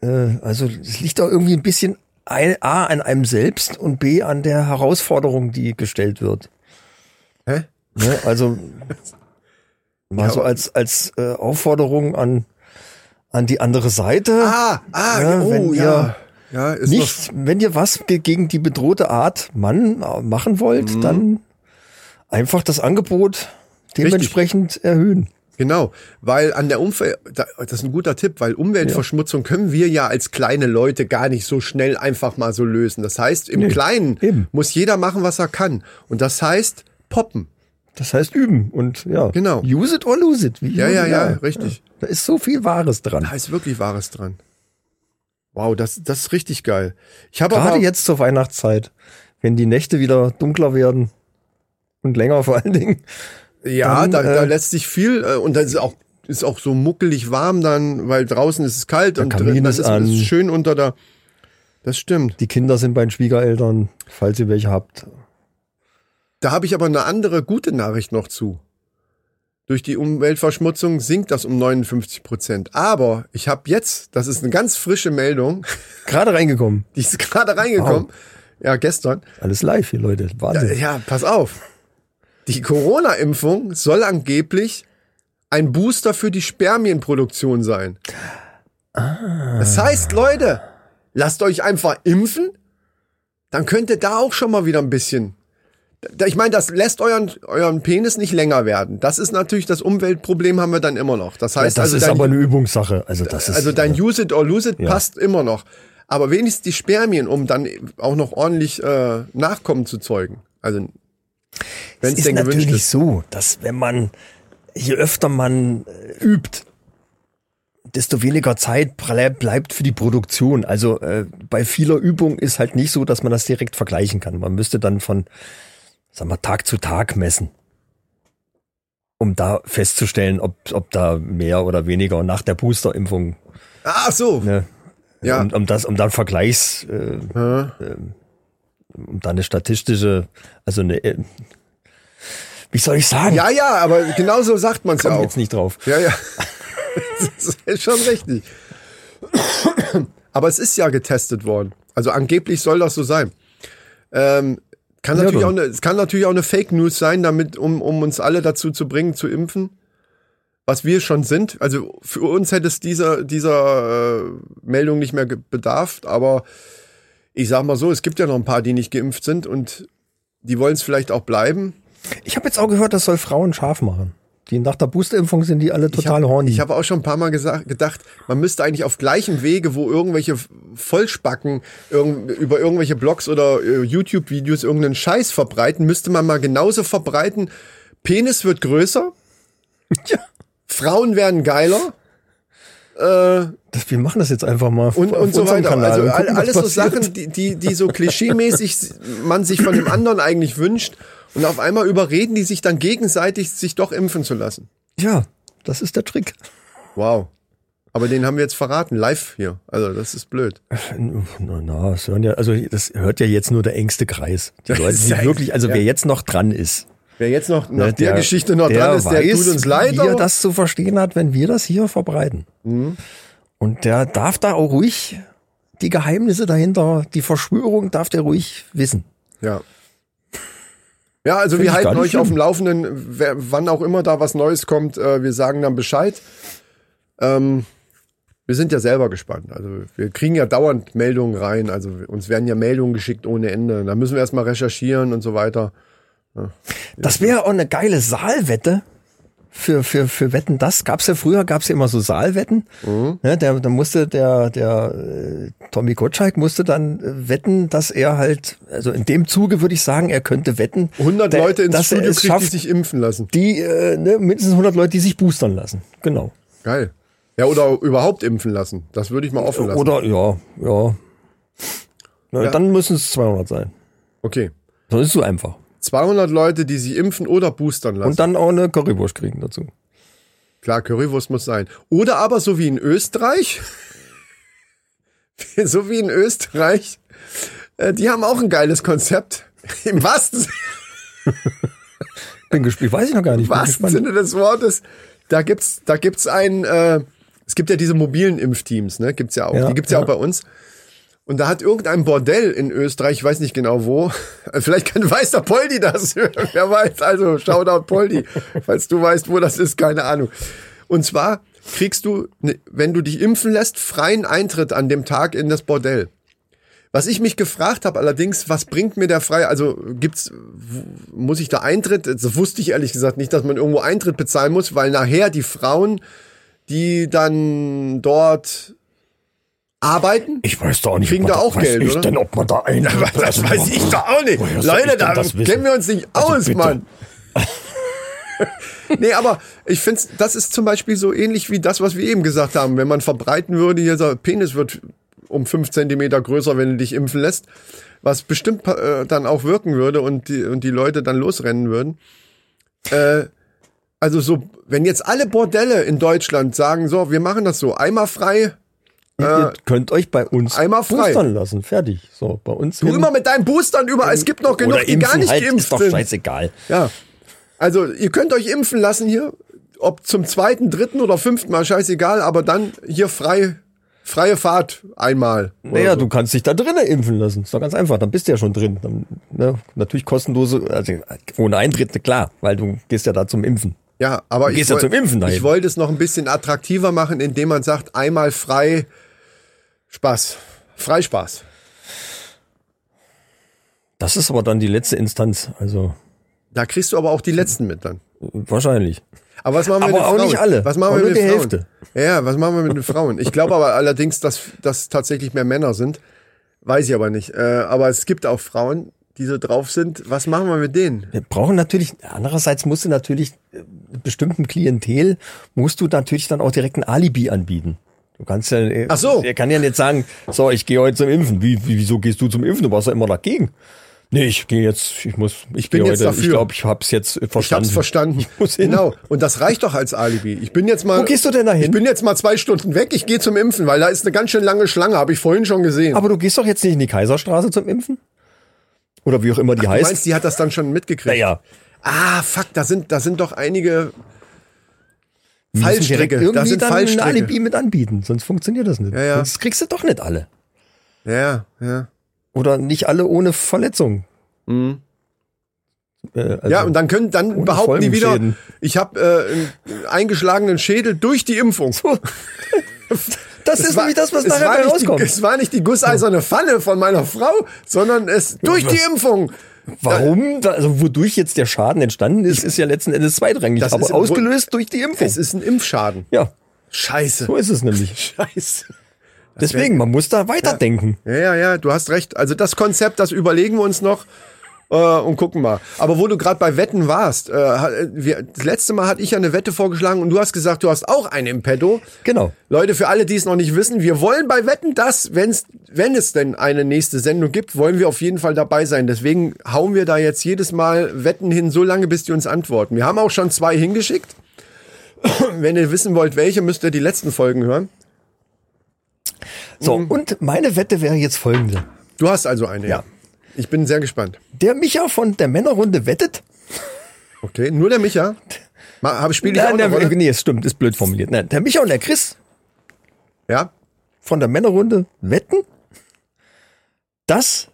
A: Äh, also, es liegt doch irgendwie ein bisschen ein- A an einem selbst und B an der Herausforderung, die gestellt wird.
B: Hä?
A: Ne? Also, mal
B: Ja,
A: so
B: aber-
A: als, als äh, Aufforderung an, an die andere Seite.
B: Ah, ah,
A: Ja,
B: oh
A: wenn
B: ja.
A: ihr
B: Ja, ist noch-
A: nicht, wenn ihr was ge- gegen die bedrohte Art Mann äh, machen
B: Mhm.
A: wollt, dann einfach das Angebot dementsprechend erhöhen.
B: Genau, weil an der Umwelt, das ist ein guter Tipp, weil Umweltverschmutzung können wir ja als kleine Leute gar nicht so schnell einfach mal so lösen. Das heißt, im Kleinen
A: eben.
B: muss jeder machen, was er kann. Und das heißt, poppen.
A: Das heißt üben und ja.
B: Genau.
A: Use it or lose it. Wie
B: Ja,
A: immer
B: ja, ja,
A: egal.
B: richtig.
A: Da ist so viel Wahres dran.
B: Da ist wirklich Wahres dran. Wow, das, das ist richtig geil. Ich habe aber,
A: Gerade jetzt zur Weihnachtszeit, wenn die Nächte wieder dunkler werden und länger vor allen Dingen.
B: ja,
A: dann,
B: da, da
A: äh,
B: lässt sich viel, äh, und das ist auch, ist auch so muckelig warm dann, weil draußen ist es kalt und
A: Kamin
B: drin, das
A: ist
B: ist,
A: an.
B: ist schön unter der, das stimmt.
A: Die Kinder sind bei den Schwiegereltern, falls ihr welche habt.
B: Da habe ich aber eine andere gute Nachricht noch zu. Durch die Umweltverschmutzung sinkt das um 59 Prozent. Aber ich habe jetzt, das ist eine ganz frische Meldung,
A: Gerade reingekommen.
B: die ist gerade reingekommen. Ja, gestern.
A: Alles live hier, Leute.
B: Ja,
A: Wahnsinn.
B: ja, pass auf. Die Corona-Impfung soll angeblich ein Booster für die Spermienproduktion sein.
A: Ah.
B: Das heißt, Leute, lasst euch einfach impfen, dann könnt ihr da auch schon mal wieder ein bisschen. Da- Ich meine, das lässt euren, euren Penis nicht länger werden. Das ist natürlich das Umweltproblem, haben wir dann immer noch. Das heißt,
A: das
B: also
A: ist
B: dein-
A: aber eine Übungssache. Also das ist
B: also dein Use it or lose it
A: Ja.
B: passt immer noch. Aber wenigstens die Spermien, um dann auch noch ordentlich äh, Nachkommen zu zeugen. Also wenn
A: Es
B: es
A: ist
B: denn gewünscht
A: natürlich
B: ist.
A: so, dass wenn man, je öfter man äh, übt, desto weniger Zeit ble- bleibt für die Produktion. Also äh, bei vieler Übung ist halt nicht so, dass man das direkt vergleichen kann. Man müsste dann von, sagen wir, Tag zu Tag messen, um da festzustellen, ob, ob da mehr oder weniger nach der Boosterimpfung,
B: Ach so.
A: ne?
B: Ja.
A: Um, um das, um dann Vergleichs, äh,
B: Ja.
A: um da eine statistische, also eine, äh, wie soll ich sagen?
B: ja, ja, aber genau so sagt man es ja
A: komme
B: auch.
A: jetzt nicht drauf.
B: Ja, ja. das ist schon richtig. Aber es ist ja getestet worden. Also angeblich soll das so sein. Ähm, kann
A: Ja,
B: natürlich auch
A: dann.
B: eine, es kann natürlich auch eine Fake News sein, damit, um, um uns alle dazu zu bringen, zu impfen. Was wir schon sind. Also für uns hätte es dieser, dieser äh, Meldung nicht mehr ge- bedarf, aber ich sag mal so, es gibt ja noch ein paar, die nicht geimpft sind und die wollen es vielleicht auch bleiben.
A: Ich habe jetzt auch gehört, das soll Frauen scharf machen. Die nach der Boosterimpfung sind die alle total
B: ich hab-
A: horny.
B: Ich habe auch schon ein paar Mal gesagt, gedacht, man müsste eigentlich auf gleichem Wege, wo irgendwelche Vollspacken irgend, über irgendwelche Blogs oder äh, YouTube-Videos irgendeinen Scheiß verbreiten, müsste man mal genauso verbreiten. Penis wird größer. Frauen werden geiler
A: das, wir machen das jetzt einfach mal auf-
B: und,
A: auf
B: und so
A: unserem
B: weiter.
A: Kanal
B: also
A: und
B: all-
A: gucken, was
B: alles so
A: passiert.
B: Sachen, die, die, die so klischeemäßig man sich von dem anderen eigentlich wünscht. Und auf einmal überreden die sich dann gegenseitig, sich doch impfen zu lassen.
A: Ja, das ist der Trick.
B: Wow. Aber den haben wir jetzt verraten, live hier. Also das ist blöd.
A: Na, na, das hören ja, also das hört ja jetzt nur der engste Kreis. Die Leute,
B: ist
A: die
B: ja-
A: wirklich, also
B: ja.
A: wer jetzt noch dran ist,
B: Wer jetzt noch nach
A: ne,
B: der, Geschichte noch dran ist, der
A: weiß,
B: tut uns leid.
A: Wie er
B: aber- Mhm.
A: das zu verstehen hat, wenn wir das hier verbreiten. Und der darf da auch ruhig die Geheimnisse dahinter, die Verschwörung darf der ruhig wissen.
B: Ja. Ja, also
A: Find
B: wir
A: ich gar
B: halten
A: nicht
B: euch auf dem
A: schlimm.
B: Laufenden, wer, wann auch immer da was Neues kommt, äh, wir sagen dann Bescheid. Ähm, wir sind ja selber gespannt. Also wir kriegen ja dauernd Meldungen rein. Also wir- uns werden ja Meldungen geschickt ohne Ende. Da müssen wir erstmal recherchieren und so weiter.
A: Das wäre auch eine geile Saalwette. Für, für, für Wetten das gab's ja früher, gab's ja immer so Saalwetten.
B: Mhm.
A: Ne, der, da musste der, der äh, Tommy Gottschalk musste dann äh, wetten, dass er halt, also in dem Zuge würde ich sagen, er könnte wetten.
B: 100
A: der,
B: Leute ins
A: dass er
B: Studio
A: es
B: kriegt, die
A: schafft,
B: sich impfen lassen.
A: die äh, ne, mindestens 100 Leute, die sich boostern lassen. Genau.
B: Geil. Ja, oder überhaupt impfen lassen. Das würde ich mal offen lassen.
A: Oder ja, ja. Na,
B: Ja.
A: Dann müssen es 200 sein.
B: Okay.
A: Das ist so einfach.
B: 200 Leute, die sich impfen oder boostern lassen.
A: Und dann auch eine Currywurst kriegen dazu.
B: Klar, Currywurst muss sein. Oder aber so wie in Österreich. so wie in Österreich. Äh, Die haben auch ein geiles Konzept. Im wahrsten, Sin-
A: Bin gespielt, weiß ich noch gar nicht. Bin
B: wahrsten
A: gespannt.
B: Sinne des Wortes. Da gibt's, da gibt's ein, äh, es gibt ja diese mobilen Impfteams, ne? Gibt's ja auch.
A: Ja,
B: Die gibt's ja,
A: ja.
B: auch bei uns. Und da hat irgendein Bordell in Österreich, ich weiß nicht genau wo, vielleicht kann, weiß der Poldi das, wer weiß, also Shoutout Poldi, falls du weißt, wo das ist, keine Ahnung. Und zwar kriegst du, ne- wenn du dich impfen lässt, freien Eintritt an dem Tag in das Bordell. Was ich mich gefragt habe allerdings, was bringt mir der frei, also gibt's, w- muss ich da Eintritt, das wusste ich ehrlich gesagt nicht, dass man irgendwo Eintritt bezahlen muss, weil nachher die Frauen, die dann dort arbeiten,
A: Ich weiß da auch nicht,
B: Kriegen
A: ob man
B: da auch
A: weiß
B: Geld,
A: ich
B: oder?
A: Denn, ob man da ein.
B: Das weiß ich doch auch nicht.
C: Woher soll ich denn
B: Leute, da
C: das wissen?
B: kennen wir uns nicht
C: Also
B: aus,
C: bitte.
B: Mann. nee, aber ich finde, das ist zum Beispiel so ähnlich wie das, was wir eben gesagt haben. Wenn man verbreiten würde, hier sagt, Penis wird um fünf Zentimeter größer, wenn du dich impfen lässt, was bestimmt äh, dann auch wirken würde und die, und die Leute dann losrennen würden. Äh, also so, wenn jetzt alle Bordelle in Deutschland sagen, so, wir machen das so, einmal frei,
A: Ihr könnt euch bei uns
B: einmal frei.
A: boostern lassen. Fertig. So, bei uns.
B: du
A: hin-
B: immer mit deinen Boostern überall, es gibt noch genug,
A: Oder
B: die gar
A: impfen
B: nicht
A: halt,
B: geimpft
A: ist doch
B: sind.
A: scheißegal.
B: Ja. Also, ihr könnt euch impfen lassen hier. Ob zum zweiten, dritten oder fünften Mal, scheißegal, aber dann hier frei, freie Fahrt einmal. oder
A: Naja,
B: so.
A: du kannst dich da drinnen impfen lassen. Ist doch ganz einfach. Dann bist du ja schon drin. Dann, ne? Natürlich kostenlose, also ohne Eintritt, klar, weil du gehst ja da zum Impfen.
B: Ja, aber
A: Du
B: ich,
A: gehst ja
B: woll-
A: zum Impfen dahin.
B: ich wollte es noch ein bisschen attraktiver machen, indem man sagt, einmal frei Spaß. Freispaß.
A: Das ist aber dann die letzte Instanz. Also
B: Da kriegst du aber auch die letzten mit dann.
A: äh, wahrscheinlich.
B: Aber was machen wir
A: Aber
B: mit den
A: auch
B: Frauen?
A: nicht alle.
B: Was machen
A: Auch
B: wir
A: nur
B: mit den
A: die
B: Frauen?
A: Hälfte.
B: Ja, was machen wir mit den Frauen? Ich glaube aber allerdings, dass dass tatsächlich mehr Männer sind. Weiß ich aber nicht. Äh, aber es gibt auch Frauen, die so drauf sind. Was machen wir mit denen?
A: Wir brauchen natürlich, andererseits musst du natürlich äh, bestimmten Klientel, musst du natürlich dann auch direkt ein Alibi anbieten. Du kannst ja, äh,
B: Ach so.
A: er kann ja nicht sagen, so, ich gehe heute zum Impfen. Wie, wie, wieso gehst du zum Impfen? Du warst ja immer dagegen. Nee, ich gehe jetzt, ich muss, ich,
B: bin
A: gehe
B: jetzt
A: heute, ich
B: dafür.
A: glaube, ich hab's jetzt äh,
B: Ich hab's
A: verstanden.
B: verstanden.
A: Ich muss hin.
B: Genau. Und das reicht doch als Alibi. Ich bin jetzt mal.
A: Wo gehst du denn da hin?
B: Ich bin jetzt mal zwei Stunden weg. Ich gehe zum Impfen, weil da ist eine ganz schön lange Schlange. Habe ich vorhin schon gesehen.
A: Aber du gehst doch jetzt nicht in die Kaiserstraße zum Impfen? Oder wie auch immer die
B: du
A: heißt.
B: meinst, die hat das dann schon mitgekriegt?
A: naja,
B: Ah, fuck, da sind, da sind doch einige
A: wir müssen direkt
B: Fallstricke. Da
A: irgendwie
B: sind
A: dann ein Alibi
B: Fallstricke.
A: mit anbieten, sonst funktioniert das nicht.
B: Ja, ja.
A: Sonst kriegst du doch nicht alle.
B: Ja, ja.
A: Oder nicht alle ohne Verletzung. Äh, also,
B: Mhm. ja, und dann können, dann
A: Ohne
B: behaupten die wieder,
A: Folgenschäden.
B: ich habe äh, einen- einen eingeschlagenen Schädel durch die Impfung.
A: das
B: Es
A: ist
B: war-
A: nämlich das, was
B: es
A: nachher
B: war
A: bei
B: nicht die-
A: rauskommt.
B: Es war nicht die gusseiserne Pfanne von meiner Frau, sondern es durch die Impfung.
A: Oh. Warum, da, also wodurch jetzt der Schaden entstanden ist, ist ja letzten Endes zweitrangig,
B: Das
A: aber
B: ist im
A: ausgelöst durch die Impfung.
B: Es ist ein Impfschaden.
A: ja,
B: Scheiße.
A: so ist es nämlich.
B: Scheiße.
A: Deswegen, man muss da weiterdenken.
B: Ja, ja, ja, du hast recht. Also das Konzept, das überlegen wir uns noch äh, und gucken mal. Aber wo du gerade bei Wetten warst, äh, hat- wir, das letzte Mal hatte ich ja eine Wette vorgeschlagen und du hast gesagt, du hast auch eine im Petto.
A: Genau.
B: Leute, für alle, die es noch nicht wissen, wir wollen bei Wetten das, wenn's, wenn es denn eine nächste Sendung gibt, wollen wir auf jeden Fall dabei sein. Deswegen hauen wir da jetzt jedes Mal Wetten hin, so lange, bis die uns antworten. Wir haben auch schon zwei hingeschickt. Wenn ihr wissen wollt, welche, müsst ihr die letzten Folgen hören. Mhm.
A: So, und meine Wette wäre jetzt folgende.
B: Du hast also eine.
A: Ja.
B: Ich bin sehr gespannt.
A: Der Micha von der Männerrunde wettet.
B: Okay, nur der Micha. Habe spiele ich auch
A: Nein,
B: eine
A: der,
B: Rolle?
A: nee, ist stimmt, ist blöd formuliert. Nein, der Micha und der Chris
B: Ja.
A: von der Männerrunde wetten, das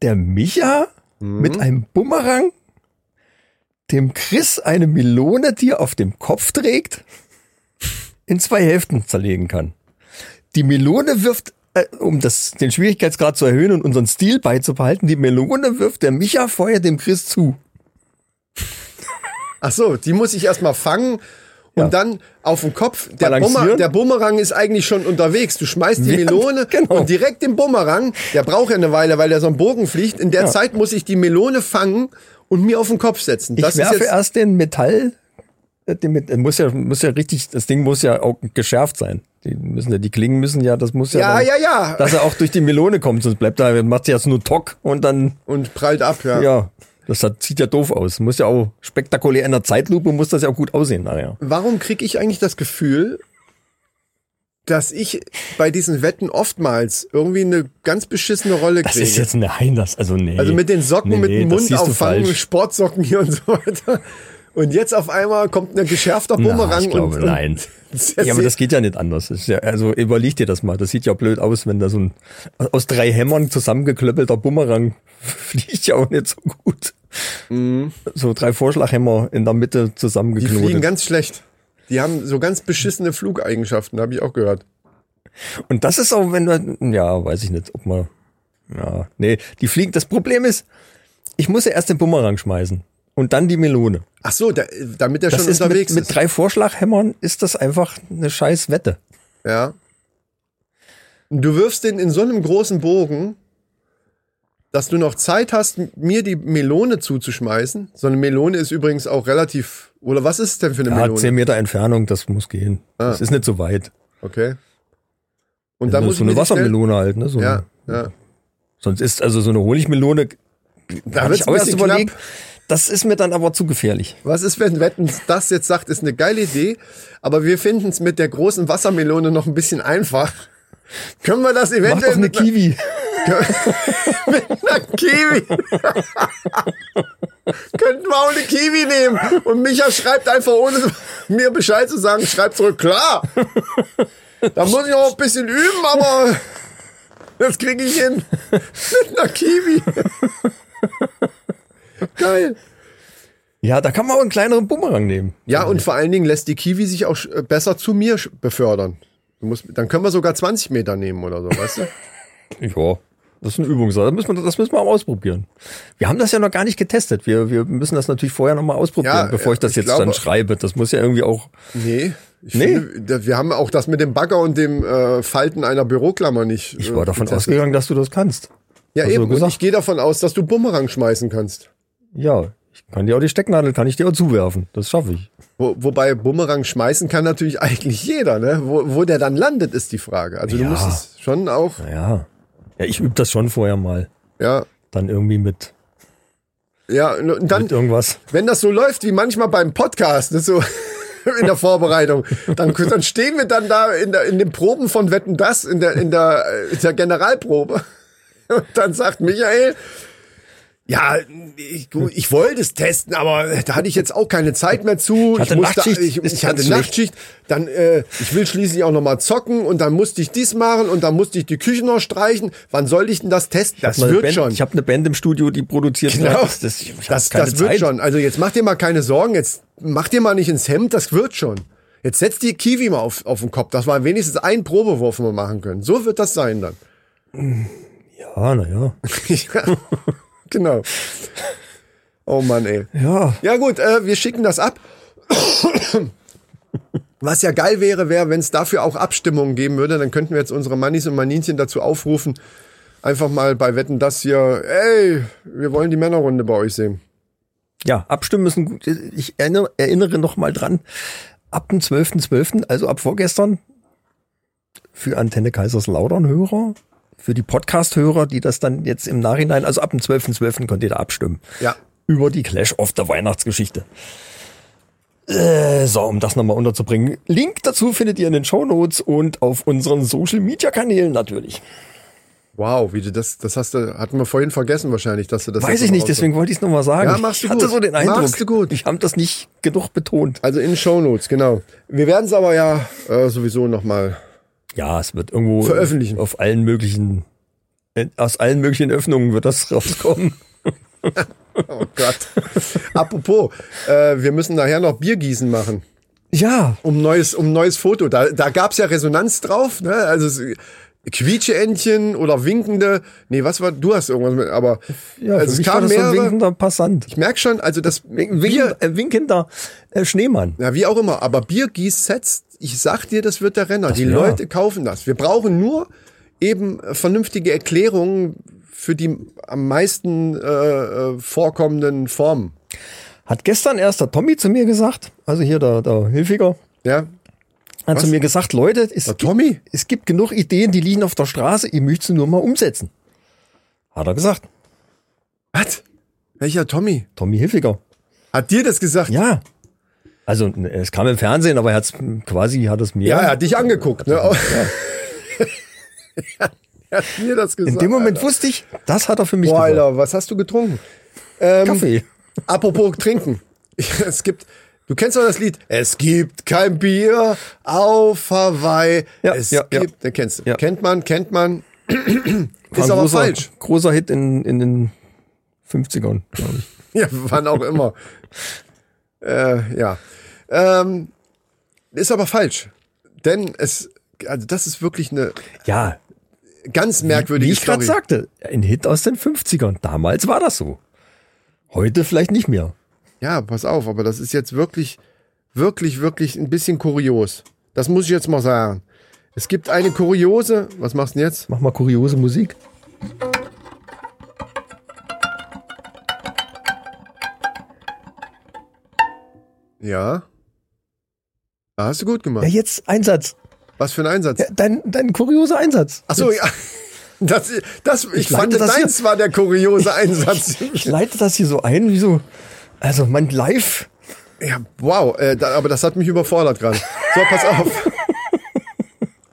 A: der Micha
B: Mhm.
A: mit einem Bumerang, dem Chris eine Melone, die er auf dem Kopf trägt, in zwei Hälften zerlegen kann. Die Melone wirft, äh, um das, den Schwierigkeitsgrad zu erhöhen und unseren Stil beizubehalten, die Melone wirft der Micha vorher dem Chris zu.
B: Ach so, die muss ich erstmal fangen und
A: Ja.
B: dann auf den Kopf. Der,
A: Balancieren.
B: Bumer, der Bumerang ist eigentlich schon unterwegs. Du schmeißt die
A: Ja,
B: Melone
A: genau.
B: und direkt den Bumerang, der braucht ja eine Weile, weil der so einen Bogen fliegt. In der
A: Ja.
B: Zeit muss ich die Melone fangen und mir auf den Kopf setzen.
A: Ich
B: Das ist
A: werfe
B: jetzt,
A: erst den Metall, äh, den Met- äh, muss ja, muss ja richtig, das Ding muss ja auch geschärft sein. Die müssen ja, die Klingen müssen ja, das muss ja.
B: Ja,
A: dann,
B: ja, ja.
A: Dass er auch durch die Melone kommt, sonst bleibt er, macht er jetzt nur Tock und dann,
B: und prallt ab, ja.
A: ja. das hat, sieht ja doof aus. Muss ja auch spektakulär in der Zeitlupe, muss das ja auch gut aussehen, naja.
B: Warum kriege ich eigentlich das Gefühl, dass ich bei diesen Wetten oftmals irgendwie eine ganz beschissene Rolle
C: Das
B: kriege?
C: ist jetzt eine Heinlass, also nee.
B: Also mit den Socken,
C: Nee,
B: mit dem
C: nee, das
B: Mund
C: siehst du
B: auffangen,
C: falsch.
B: Sportsocken hier und so weiter. Und jetzt auf einmal kommt ein geschärfter
C: Na,
B: Bumerang
C: ich glaube,
B: und, und
C: nein.
A: Ja, aber das geht ja nicht anders. Das Ist ja, also überleg dir das mal. Das sieht ja blöd aus, wenn da so ein aus drei Hämmern zusammengeklöppelter Bumerang fliegt ja auch nicht so gut. So drei Vorschlaghämmer in der Mitte
B: Mhm. die fliegen
A: zusammengeknotet.
B: ganz schlecht. Die haben so ganz beschissene Flugeigenschaften, habe ich auch gehört.
A: Und das ist auch, wenn du, ja, weiß ich nicht, ob man, ja, nee, die fliegen. Das Problem ist, ich muss ja erst den Bumerang schmeißen und dann die Melone.
B: Ach so, da, damit er
A: Das
B: schon
A: ist
B: unterwegs
A: mit, mit
B: ist.
A: drei Vorschlaghämmern ist das einfach eine scheiß Wette.
B: Ja. Und Du wirfst den in so einem großen Bogen, dass du noch Zeit hast, m- mir die Melone zuzuschmeißen. So eine Melone ist übrigens auch relativ. Oder was ist denn für eine
A: Ja,
B: Melone? Ah.
A: zehn Meter Entfernung, das muss gehen. Das ist nicht so weit.
B: Okay. Und dann
A: Ja,
B: muss
A: so
B: ich
A: eine
B: mir die schnell-
A: Wassermelone halt, ne? So
B: Ja,
A: eine-
B: ja.
A: Sonst ist also so eine Honigmelone,
B: Da
A: hab
B: wird's
A: ich auch
B: ein
A: erst
B: bisschen
A: überlegt,
B: knapp.
A: das ist mir dann aber zu gefährlich.
B: Was ist, wenn Wetten das jetzt sagt, ist eine geile Idee, aber wir finden es mit der großen Wassermelone noch ein bisschen einfach. Können wir das
A: Mach
B: eventuell
A: doch eine
B: mit, einer-
A: Kiwi.
B: mit einer Kiwi? Könnten wir auch eine Kiwi nehmen? Und Micha schreibt einfach, ohne mir Bescheid zu sagen, schreibt zurück, klar. Da muss ich noch ein bisschen üben, aber das kriege ich hin. Mit einer Kiwi. Geil.
A: Ja, da kann man auch einen kleineren Bumerang nehmen.
B: Ja, und vor allen Dingen lässt die Kiwi sich auch sch- äh, besser zu mir sch- befördern. Du musst, dann können wir sogar 20 Meter nehmen oder so, weißt du?
A: Ja. Das ist eine Übungssache. Das müssen wir, das müssen wir auch ausprobieren. Wir haben das ja noch gar nicht getestet. Wir, wir müssen das natürlich vorher nochmal ausprobieren,
B: Ja,
A: bevor ich das
B: ich
A: jetzt
B: glaube-
A: dann schreibe. Das muss ja irgendwie auch.
B: Nee. Ich
A: Nee.
B: Finde, da- wir haben auch das mit dem Bagger und dem äh, Falten einer Büroklammer nicht.
A: Ich
B: äh,
A: war davon
B: getestet.
A: ausgegangen, dass du das kannst.
B: Ja,
A: hast du
B: eben. Und
A: gesagt.
B: ich gehe davon aus, dass du Bumerang schmeißen kannst.
A: Ja. Ich kann dir auch die Stecknadel, kann ich dir auch zuwerfen. Das schaffe ich.
B: Wo, wobei Bumerang schmeißen kann natürlich eigentlich jeder, ne? Wo, wo der dann landet, ist die Frage. Also du
A: Ja.
B: musst es schon auch,
A: Naja. Ja, ich übe das schon vorher mal.
B: ja.
A: Dann irgendwie mit,
B: Ja, und dann,
A: mit irgendwas.
B: wenn das so läuft wie manchmal beim Podcast, ne, so in der Vorbereitung, dann, dann stehen wir dann da in, der, in den Proben von Wetten das, in der, in der, äh, in der Generalprobe. Und dann sagt Michael, ja, ich, du, ich wollte es testen, aber da hatte ich jetzt auch keine Zeit mehr zu.
A: hatte
B: ich musste,
A: Nachtschicht.
B: ich,
A: Ist
B: ich
A: ganz
B: hatte
A: schlecht.
B: Nachtschicht. Dann, äh, ich will schließlich auch noch mal zocken und dann musste ich dies machen und dann musste ich die Küche noch streichen. Wann sollte ich denn das testen? Das
A: Mal eine
B: wird
A: Band,
B: schon.
A: Ich habe eine Band im Studio, die produziert.
B: Genau.
A: Das, das, ich hab
B: Das,
A: keine
B: das wird
A: Zeit.
B: schon. Also jetzt mach dir mal keine Sorgen. Jetzt mach dir mal nicht ins Hemd. Das wird schon. Jetzt setz die Kiwi mal auf, auf den Kopf, dass wir wenigstens einen Probewurf mal machen können. So wird das sein dann.
A: Ja, naja.
B: ja, genau. Oh Mann, ey.
A: Ja.
B: Ja gut, äh, wir schicken das ab. Was ja geil wäre, wäre, wenn es dafür auch Abstimmungen geben würde, dann könnten wir jetzt unsere Mannis und Maninchen dazu aufrufen, einfach mal bei Wetten das hier, ey, wir wollen die Männerrunde bei euch sehen.
A: Ja, abstimmen müssen. gut. Ich erinnere, erinnere noch mal dran. Ab dem 12.12., also ab vorgestern, für Antenne Kaiserslautern-Hörer, für die Podcast-Hörer, die das dann jetzt im Nachhinein, also ab dem 12.12. könnt ihr da abstimmen.
B: Ja.
A: Über die Clash of der Weihnachtsgeschichte. Äh, So, um das nochmal unterzubringen. Link dazu findet ihr in den Shownotes und auf unseren Social-Media-Kanälen natürlich.
B: Wow, wie du das, das hast du, hatten wir vorhin vergessen wahrscheinlich, dass du das.
A: Weiß
B: jetzt
A: ich
B: noch
A: nicht,
B: raus-
A: deswegen wollte ich es nochmal sagen.
B: Ja, machst du
A: ich hatte
B: gut.
A: so den Eindruck,
B: Machst du gut.
A: ich habe das nicht genug betont.
B: Also in Shownotes, genau. Wir werden es aber ja äh, sowieso nochmal.
A: Ja, es wird irgendwo
B: Veröffentlichen.
A: auf allen möglichen Aus allen möglichen Öffnungen wird das rauskommen.
B: Oh Gott. Apropos, äh, wir müssen nachher noch Biergießen machen.
A: Ja,
B: Um neues, um neues Foto. Da, da gab's ja Resonanz drauf, ne? Also es, Quietscheentchen oder winkende. Nee, was war? Du hast irgendwas mit, aber
A: ja
B: also
A: für
B: es
A: mich war
B: kam
A: das so ein
B: mehrere.
A: winkender Passant.
B: ich merk schon, also das
A: Wink, winkend, äh, winkender äh, Schneemann.
B: Ja, wie auch immer, aber Biergießsets, ich sag dir, das wird der Renner. die
A: ja.
B: Leute kaufen das. Wir brauchen nur eben vernünftige Erklärungen für die am meisten äh, äh, vorkommenden Formen.
A: Hat gestern erst der Tommy zu mir gesagt, also hier der, der Hilfiger,
B: Ja?
A: hat
B: Was?
A: zu mir gesagt, Leute, es,
B: Der
A: gibt,
B: Tommy?
A: es gibt genug Ideen, die liegen auf der Straße, ihr müsst sie nur mal umsetzen. Hat er gesagt,
B: Was? Welcher Tommy?
A: Tommy Hilfiger.
B: Hat dir das gesagt?
A: Ja. Also n- es kam im Fernsehen, aber er hat's quasi hat es mir.
B: Ja, er hat dich angeguckt. Ne? er hat mir das gesagt.
A: In dem Moment
B: Alter.
A: wusste ich, das hat er für mich
B: Boah, Ähm,
A: gesagt.
B: Alter, was hast du getrunken?
A: Kaffee.
B: Apropos trinken. Es gibt, du kennst doch das Lied. Es gibt kein Bier auf Hawaii.
A: Ja,
B: es
A: ja, ja.
B: gibt, den kennst du.
A: Ja.
B: Kennt man, kennt man.
A: War
B: Ist
A: ein
B: aber
A: großer,
B: falsch.
A: Großer Hit in, in den 50ern, glaube ich.
B: Ja, wann auch immer. äh, ja. Ähm, ist aber falsch. Denn es, also das ist wirklich eine
A: Ja,
B: ganz merkwürdige
A: wie ich gerade
B: Story.
A: sagte, ein Hit aus den 50ern. Damals war das so. Heute vielleicht nicht mehr.
B: Ja, pass auf, aber das ist jetzt wirklich, wirklich, wirklich ein bisschen kurios. Das muss ich jetzt mal sagen. Es gibt eine kuriose, was machst du denn jetzt?
A: Mach mal kuriose Musik.
B: Ja. Ah, hast du gut
A: Ja,
B: gemacht.
A: jetzt Einsatz.
B: Was für ein Einsatz.
A: Ja, dein, dein kurioser Einsatz.
B: Ach so, ja. Das, das, ich,
A: Ich
B: fand,
A: leite das
B: deins war der kuriose Einsatz.
A: Ich leite das hier so ein, wie so. Also mein Live.
B: Ja, wow, äh, da, aber das hat mich überfordert gerade. So, pass auf.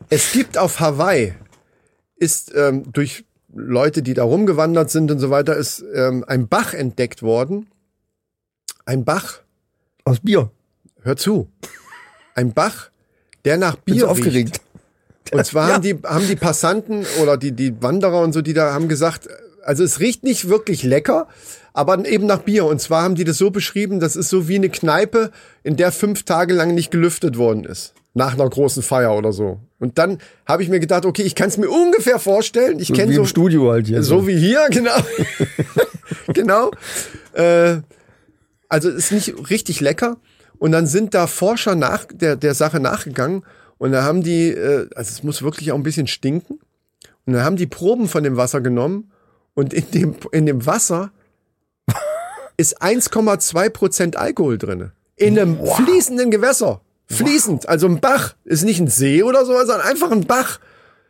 B: Es gibt auf Hawaii, ist ähm, durch Leute, die da rumgewandert sind und so weiter, ist ähm, ein Bach entdeckt worden. Ein Bach,
A: Aus Bier.
B: hör zu. Ein Bach, der nach
A: Bin
B: Bier
A: so aufgeregt.
B: riecht.
A: Äh,
B: Und zwar haben, die, haben die Passanten oder die, die Wanderer und so, die da haben gesagt, also es riecht nicht wirklich lecker, aber eben nach Bier. Und zwar haben die das so beschrieben, das ist so wie eine Kneipe, in der fünf Tage lang nicht gelüftet worden ist. Nach einer großen Feier oder so. Und dann habe ich mir gedacht, okay, ich kann es mir ungefähr vorstellen. Ich kenne
A: wie
B: so
A: im Studio halt hier.
B: so wie hier, genau. genau. Äh, also ist nicht richtig lecker. Und dann sind da Forscher nach der, der Sache nachgegangen und da haben die, äh, also es muss wirklich auch ein bisschen stinken. Und dann haben die Proben von dem Wasser genommen und in dem, in dem Wasser ist 1,2 Prozent Alkohol drinne In einem fließenden Gewässer. Fließend, also ein Bach. Ist nicht ein See oder so, sondern einfach ein Bach.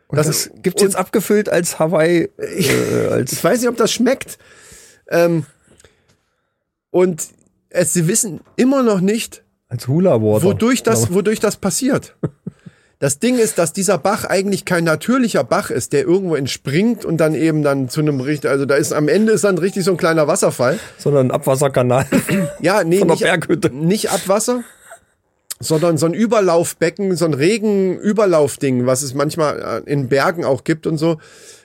A: Und das das gibt's
B: und-
A: jetzt abgefüllt als Hawaii, äh,
B: Ich
A: als
B: weiß nicht, ob das schmeckt. Ähm, und es, sie wissen immer noch nicht,
A: als Hula Water.
B: wodurch das, wodurch das passiert. Das Ding ist, dass dieser Bach eigentlich kein natürlicher Bach ist, der irgendwo entspringt und dann eben dann zu einem richtig, also da ist am Ende ist dann richtig so ein kleiner Wasserfall.
A: sondern ein Abwasserkanal.
B: Ja, nee,
A: Von der
B: nicht,
A: Berghütte.
B: nicht Abwasser, sondern so ein Überlaufbecken, so ein Regenüberlaufding, was es manchmal äh, in Bergen auch gibt und so,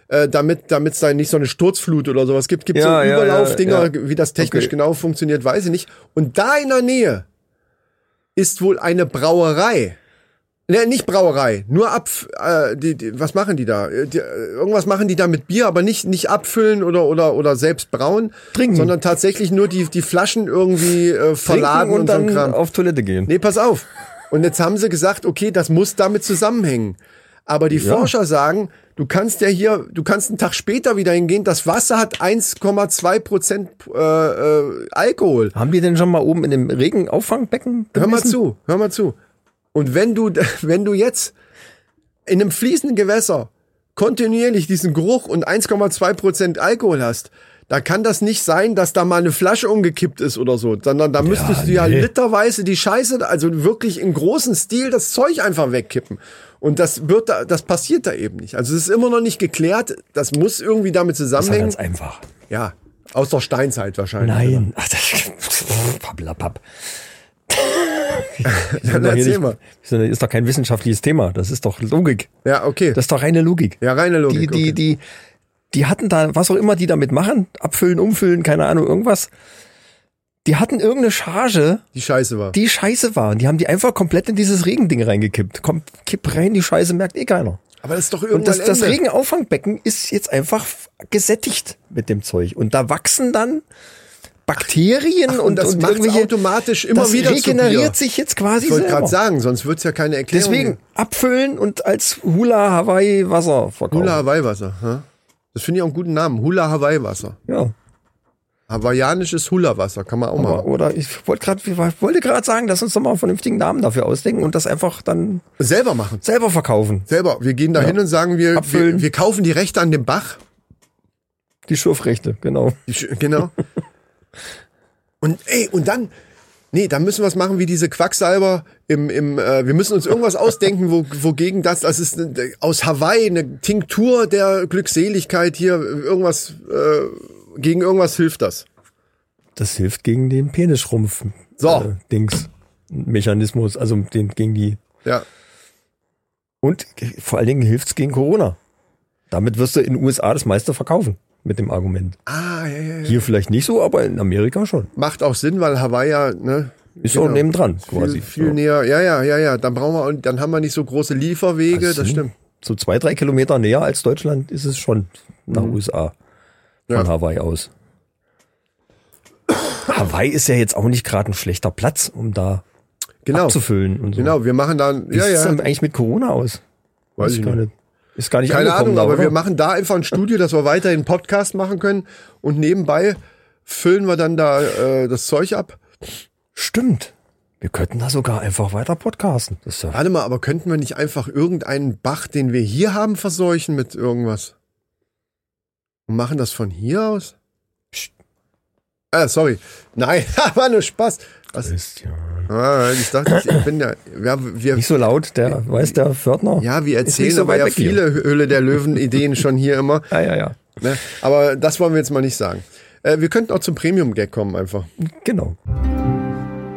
B: äh, damit damit es da nicht so eine Sturzflut oder sowas gibt. Gibt
A: Ja,
B: so
A: ja,
B: Überlaufdinger,
A: ja, ja.
B: wie das technisch
A: Okay.
B: genau funktioniert, weiß ich nicht. Und da in der Nähe ist wohl eine Brauerei. Ne, nicht Brauerei, nur ab. Äh, die, die, was machen die da? Äh, Die, äh, irgendwas machen die da mit Bier, aber nicht nicht abfüllen oder oder oder selbst brauen,
A: Trinken.
B: sondern tatsächlich nur die die Flaschen irgendwie äh,
A: Trinken
B: verladen und,
A: und dann
B: so ein Kram.
A: auf Toilette gehen.
B: Nee, pass auf. Und jetzt haben sie gesagt, okay, das muss damit zusammenhängen. Aber die Forscher sagen, du kannst ja hier, du kannst einen Tag später wieder hingehen, das Wasser hat 1,2 Prozent äh, äh, Alkohol.
A: Haben die denn schon mal oben in dem Regenauffangbecken?
B: Hör mal
A: gemessen?
B: zu, hör mal zu. Und wenn du, wenn du jetzt in einem fließenden Gewässer kontinuierlich diesen Geruch und 1,2 Prozent Alkohol hast, da kann das nicht sein, dass da mal eine Flasche umgekippt ist oder so, sondern da müsstest du ja
A: nee.
B: literweise die Scheiße, also wirklich im großen Stil das Zeug einfach wegkippen. Und das wird da, das passiert da eben nicht. Also es ist immer noch nicht geklärt. Das muss irgendwie damit
A: Das ist ja
B: zusammenhängen.
A: ganz einfach.
B: Ja, aus der Steinzeit wahrscheinlich.
A: Nein. Ach, das, papp.
B: Dann erzähl mal.
A: Das ist doch kein wissenschaftliches Thema. Das ist doch Logik.
B: Ja, okay.
A: Das ist doch reine Logik.
B: ja, reine Logik.
A: die, die,
B: okay.
A: die, die hatten da, was auch immer die damit machen, abfüllen, umfüllen, keine Ahnung, irgendwas. Die hatten irgendeine Charge,
B: Die Scheiße war.
A: die scheiße war. Und die haben die einfach komplett in dieses Regending reingekippt. Komm, kipp rein, die Scheiße merkt eh keiner.
B: Aber das ist doch
A: Und
B: irgendwann
A: das, das
B: Ende.
A: Regenauffangbecken ist jetzt einfach f- gesättigt mit dem Zeug. Und da wachsen dann Bakterien
B: und
A: und,
B: das
A: und
B: macht's
A: irgendwelche.
B: automatisch immer
A: das
B: wieder zu Bier.
A: regeneriert sich jetzt quasi
B: ich wollte
A: selber.
B: gerade sagen, sonst wird's ja keine Erklärung.
A: Deswegen abfüllen und als Hula Hawaii Wasser verkaufen.
B: Hula Hawaii Wasser. Hä? Das finde ich auch einen guten Namen. Hula Hawaii Wasser.
A: Ja.
B: Hawaiianisches Hula Wasser kann man auch
A: Aber,
B: machen.
A: oder ich wollte gerade, ich wollte gerade sagen, lass uns doch mal einen vernünftigen Namen dafür ausdenken und das einfach dann
B: Selber machen.
A: selber verkaufen.
B: Selber. Wir gehen da hin und sagen, wir, wir,
A: Abfüllen.
B: wir kaufen die Rechte an dem Bach.
A: Die Schürfrechte, genau.
B: Die Sch- Genau. und ey, und dann. Nee, dann müssen wir es machen wie diese Quacksalber im, im äh, wir müssen uns irgendwas ausdenken, wo, wogegen das, das ist eine, aus Hawaii eine Tinktur der Glückseligkeit hier, irgendwas, äh, gegen irgendwas hilft das.
A: Das hilft gegen den Penisschrumpf.
B: So.
A: Äh, Dings. Mechanismus, also den, gegen die.
B: Ja.
A: Und ge- vor allen Dingen hilft's gegen Corona. Damit wirst du in den USA das meiste verkaufen. Mit dem Argument.
B: Ah, ja, ja, ja.
A: Hier vielleicht nicht so, aber in Amerika schon.
B: Macht auch Sinn, weil Hawaii ja, ne?
A: Ist auch nebendran, quasi.
B: Viel, viel
A: Ja.
B: näher, ja, ja, ja, ja. Dann brauchen wir, und dann haben wir nicht so große Lieferwege, das
A: Hm.
B: stimmt.
A: So zwei, drei Kilometer näher als Deutschland ist es schon nach USA. Von
B: Mhm. Ja.
A: Hawaii aus. Hawaii ist ja jetzt auch nicht gerade ein schlechter Platz, um da
B: Genau.
A: abzufüllen und so.
B: Genau, wir machen dann,
A: Wie
B: ja,
A: sieht es
B: ja.
A: denn eigentlich mit Corona aus?
B: Weiß ich
A: gar
B: nicht.
A: Ist gar nicht
B: Keine
A: angekommen
B: Ahnung,
A: da,
B: aber
A: oder?
B: wir machen da einfach ein Studio, dass wir weiterhin einen Podcast machen können und nebenbei füllen wir dann da äh, das Zeug ab.
A: Stimmt. Wir könnten da sogar einfach weiter podcasten. Das ist ja
B: Warte mal, aber könnten wir nicht einfach irgendeinen Bach, den wir hier haben, verseuchen mit irgendwas? Und machen das von hier aus? Psst. Ah, sorry. Nein, war nur Spaß. Was? Ah, ich dachte, ich bin ja, ja, wir,
A: nicht so laut, der weiß der Fördner.
B: ja, wir
A: Ist nicht
B: erzählen
A: so
B: aber
A: weit
B: ja
A: weg hier.
B: viele Höhle der Löwen-Ideen schon hier immer.
A: Ja, ja, ja.
B: Ne? Aber das wollen wir jetzt mal nicht sagen. Äh, wir könnten auch zum Premium-Gag kommen einfach.
A: Genau.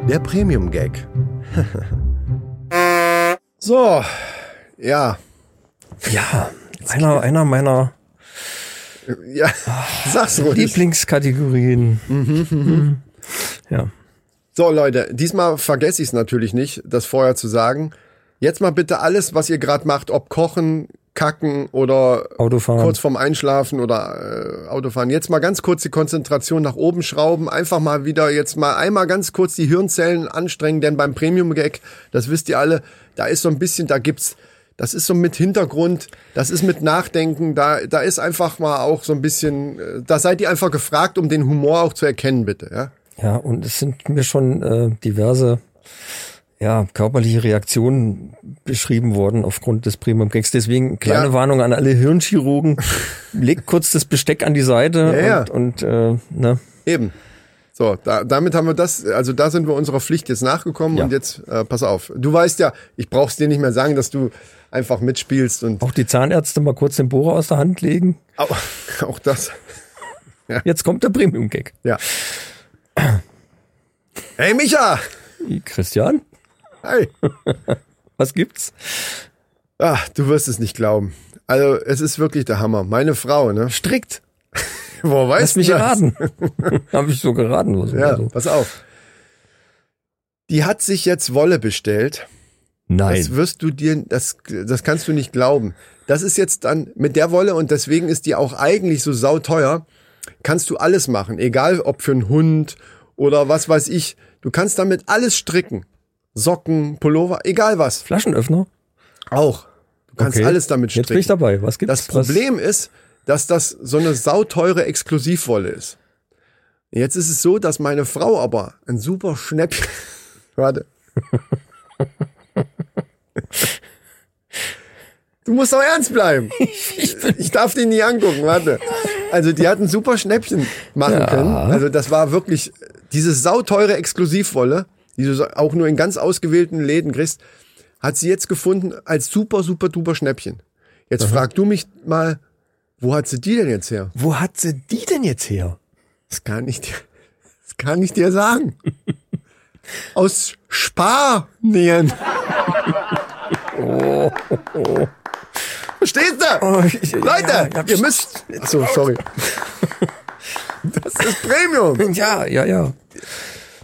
B: Der Premium-Gag. so, ja,
A: Ja, einer, einer meiner
B: ja,
A: Ah,
B: sag's ruhig.
A: Lieblingskategorien. Mhm. Ja.
B: So, Leute, diesmal vergesse ich es natürlich nicht, das vorher zu sagen. Jetzt mal bitte alles, was ihr gerade macht, ob kochen, kacken oder
A: Autofahren.
B: kurz vorm Einschlafen oder äh, Autofahren. Jetzt mal ganz kurz die Konzentration nach oben schrauben. Einfach mal wieder jetzt mal einmal ganz kurz die Hirnzellen anstrengen, denn beim Premium Gag, das wisst ihr alle, da ist so ein bisschen, da gibt's, das ist so mit Hintergrund, das ist mit Nachdenken, da, da ist einfach mal auch so ein bisschen, äh, da seid ihr einfach gefragt, um den Humor auch zu erkennen, bitte, ja?
A: Ja, und es sind mir schon äh, diverse ja, körperliche Reaktionen beschrieben worden aufgrund des Premium Gags. Deswegen kleine
B: Ja.
A: Warnung an alle Hirnchirurgen. Legt kurz das Besteck an die Seite
B: Ja, ja.
A: und, und äh, ne?
B: Eben. So, da, damit haben wir das, also da sind wir unserer Pflicht jetzt nachgekommen
A: Ja.
B: und jetzt, äh, pass auf. Du weißt ja, ich brauch's dir nicht mehr sagen, dass du einfach mitspielst und
A: auch die Zahnärzte mal kurz den Bohrer aus der Hand legen.
B: auch, auch das.
A: Jetzt kommt der Premium Gag.
B: Ja. Hey Micha!
A: Christian,
B: Hi!
A: was gibt's?
B: Ach, Ah, du wirst es nicht glauben. Also, es ist wirklich der Hammer. Meine Frau, ne?
A: Strickt.
B: Wo
A: Lass
B: weißt
A: mich
B: du das?
A: erraten. Habe ich so geraten. Was
B: Ja,
A: so. Also,
B: pass auf. Die hat sich jetzt Wolle bestellt. Das
A: Nein.
B: wirst du dir, das, das kannst du nicht glauben. Das ist jetzt dann mit der Wolle und deswegen ist die auch eigentlich so sauteuer. Kannst du alles machen, egal ob für einen Hund oder was weiß ich. Du kannst damit alles stricken. Socken, Pullover, egal was.
A: Flaschenöffner?
B: Auch. Du kannst
A: Okay.
B: alles damit
A: Jetzt bin ich
B: stricken.
A: dabei. Was gibt's?
B: Das Problem ist, dass das so eine sauteure Exklusivwolle ist. Jetzt ist es so, dass meine Frau aber ein super Schnäppchen. Warte. Du musst doch ernst bleiben. Ich darf den nie angucken, warte. Also die hat ein super Schnäppchen machen können. Also das war wirklich diese sauteure Exklusivwolle, die du so- auch nur in ganz ausgewählten Läden kriegst, hat sie jetzt gefunden als super, super duper Schnäppchen. Jetzt frag du mich mal, wo hat sie die denn jetzt her?
A: Wo hat sie die denn jetzt her?
B: Das kann ich dir, das kann ich dir sagen. Aus Sparnähen. Verstehst du?
A: Oh, ich- ja,
B: Leute,
A: ich hab-
B: ihr müsst. Ach So, sorry. Das ist Premium.
A: Ja, ja, ja.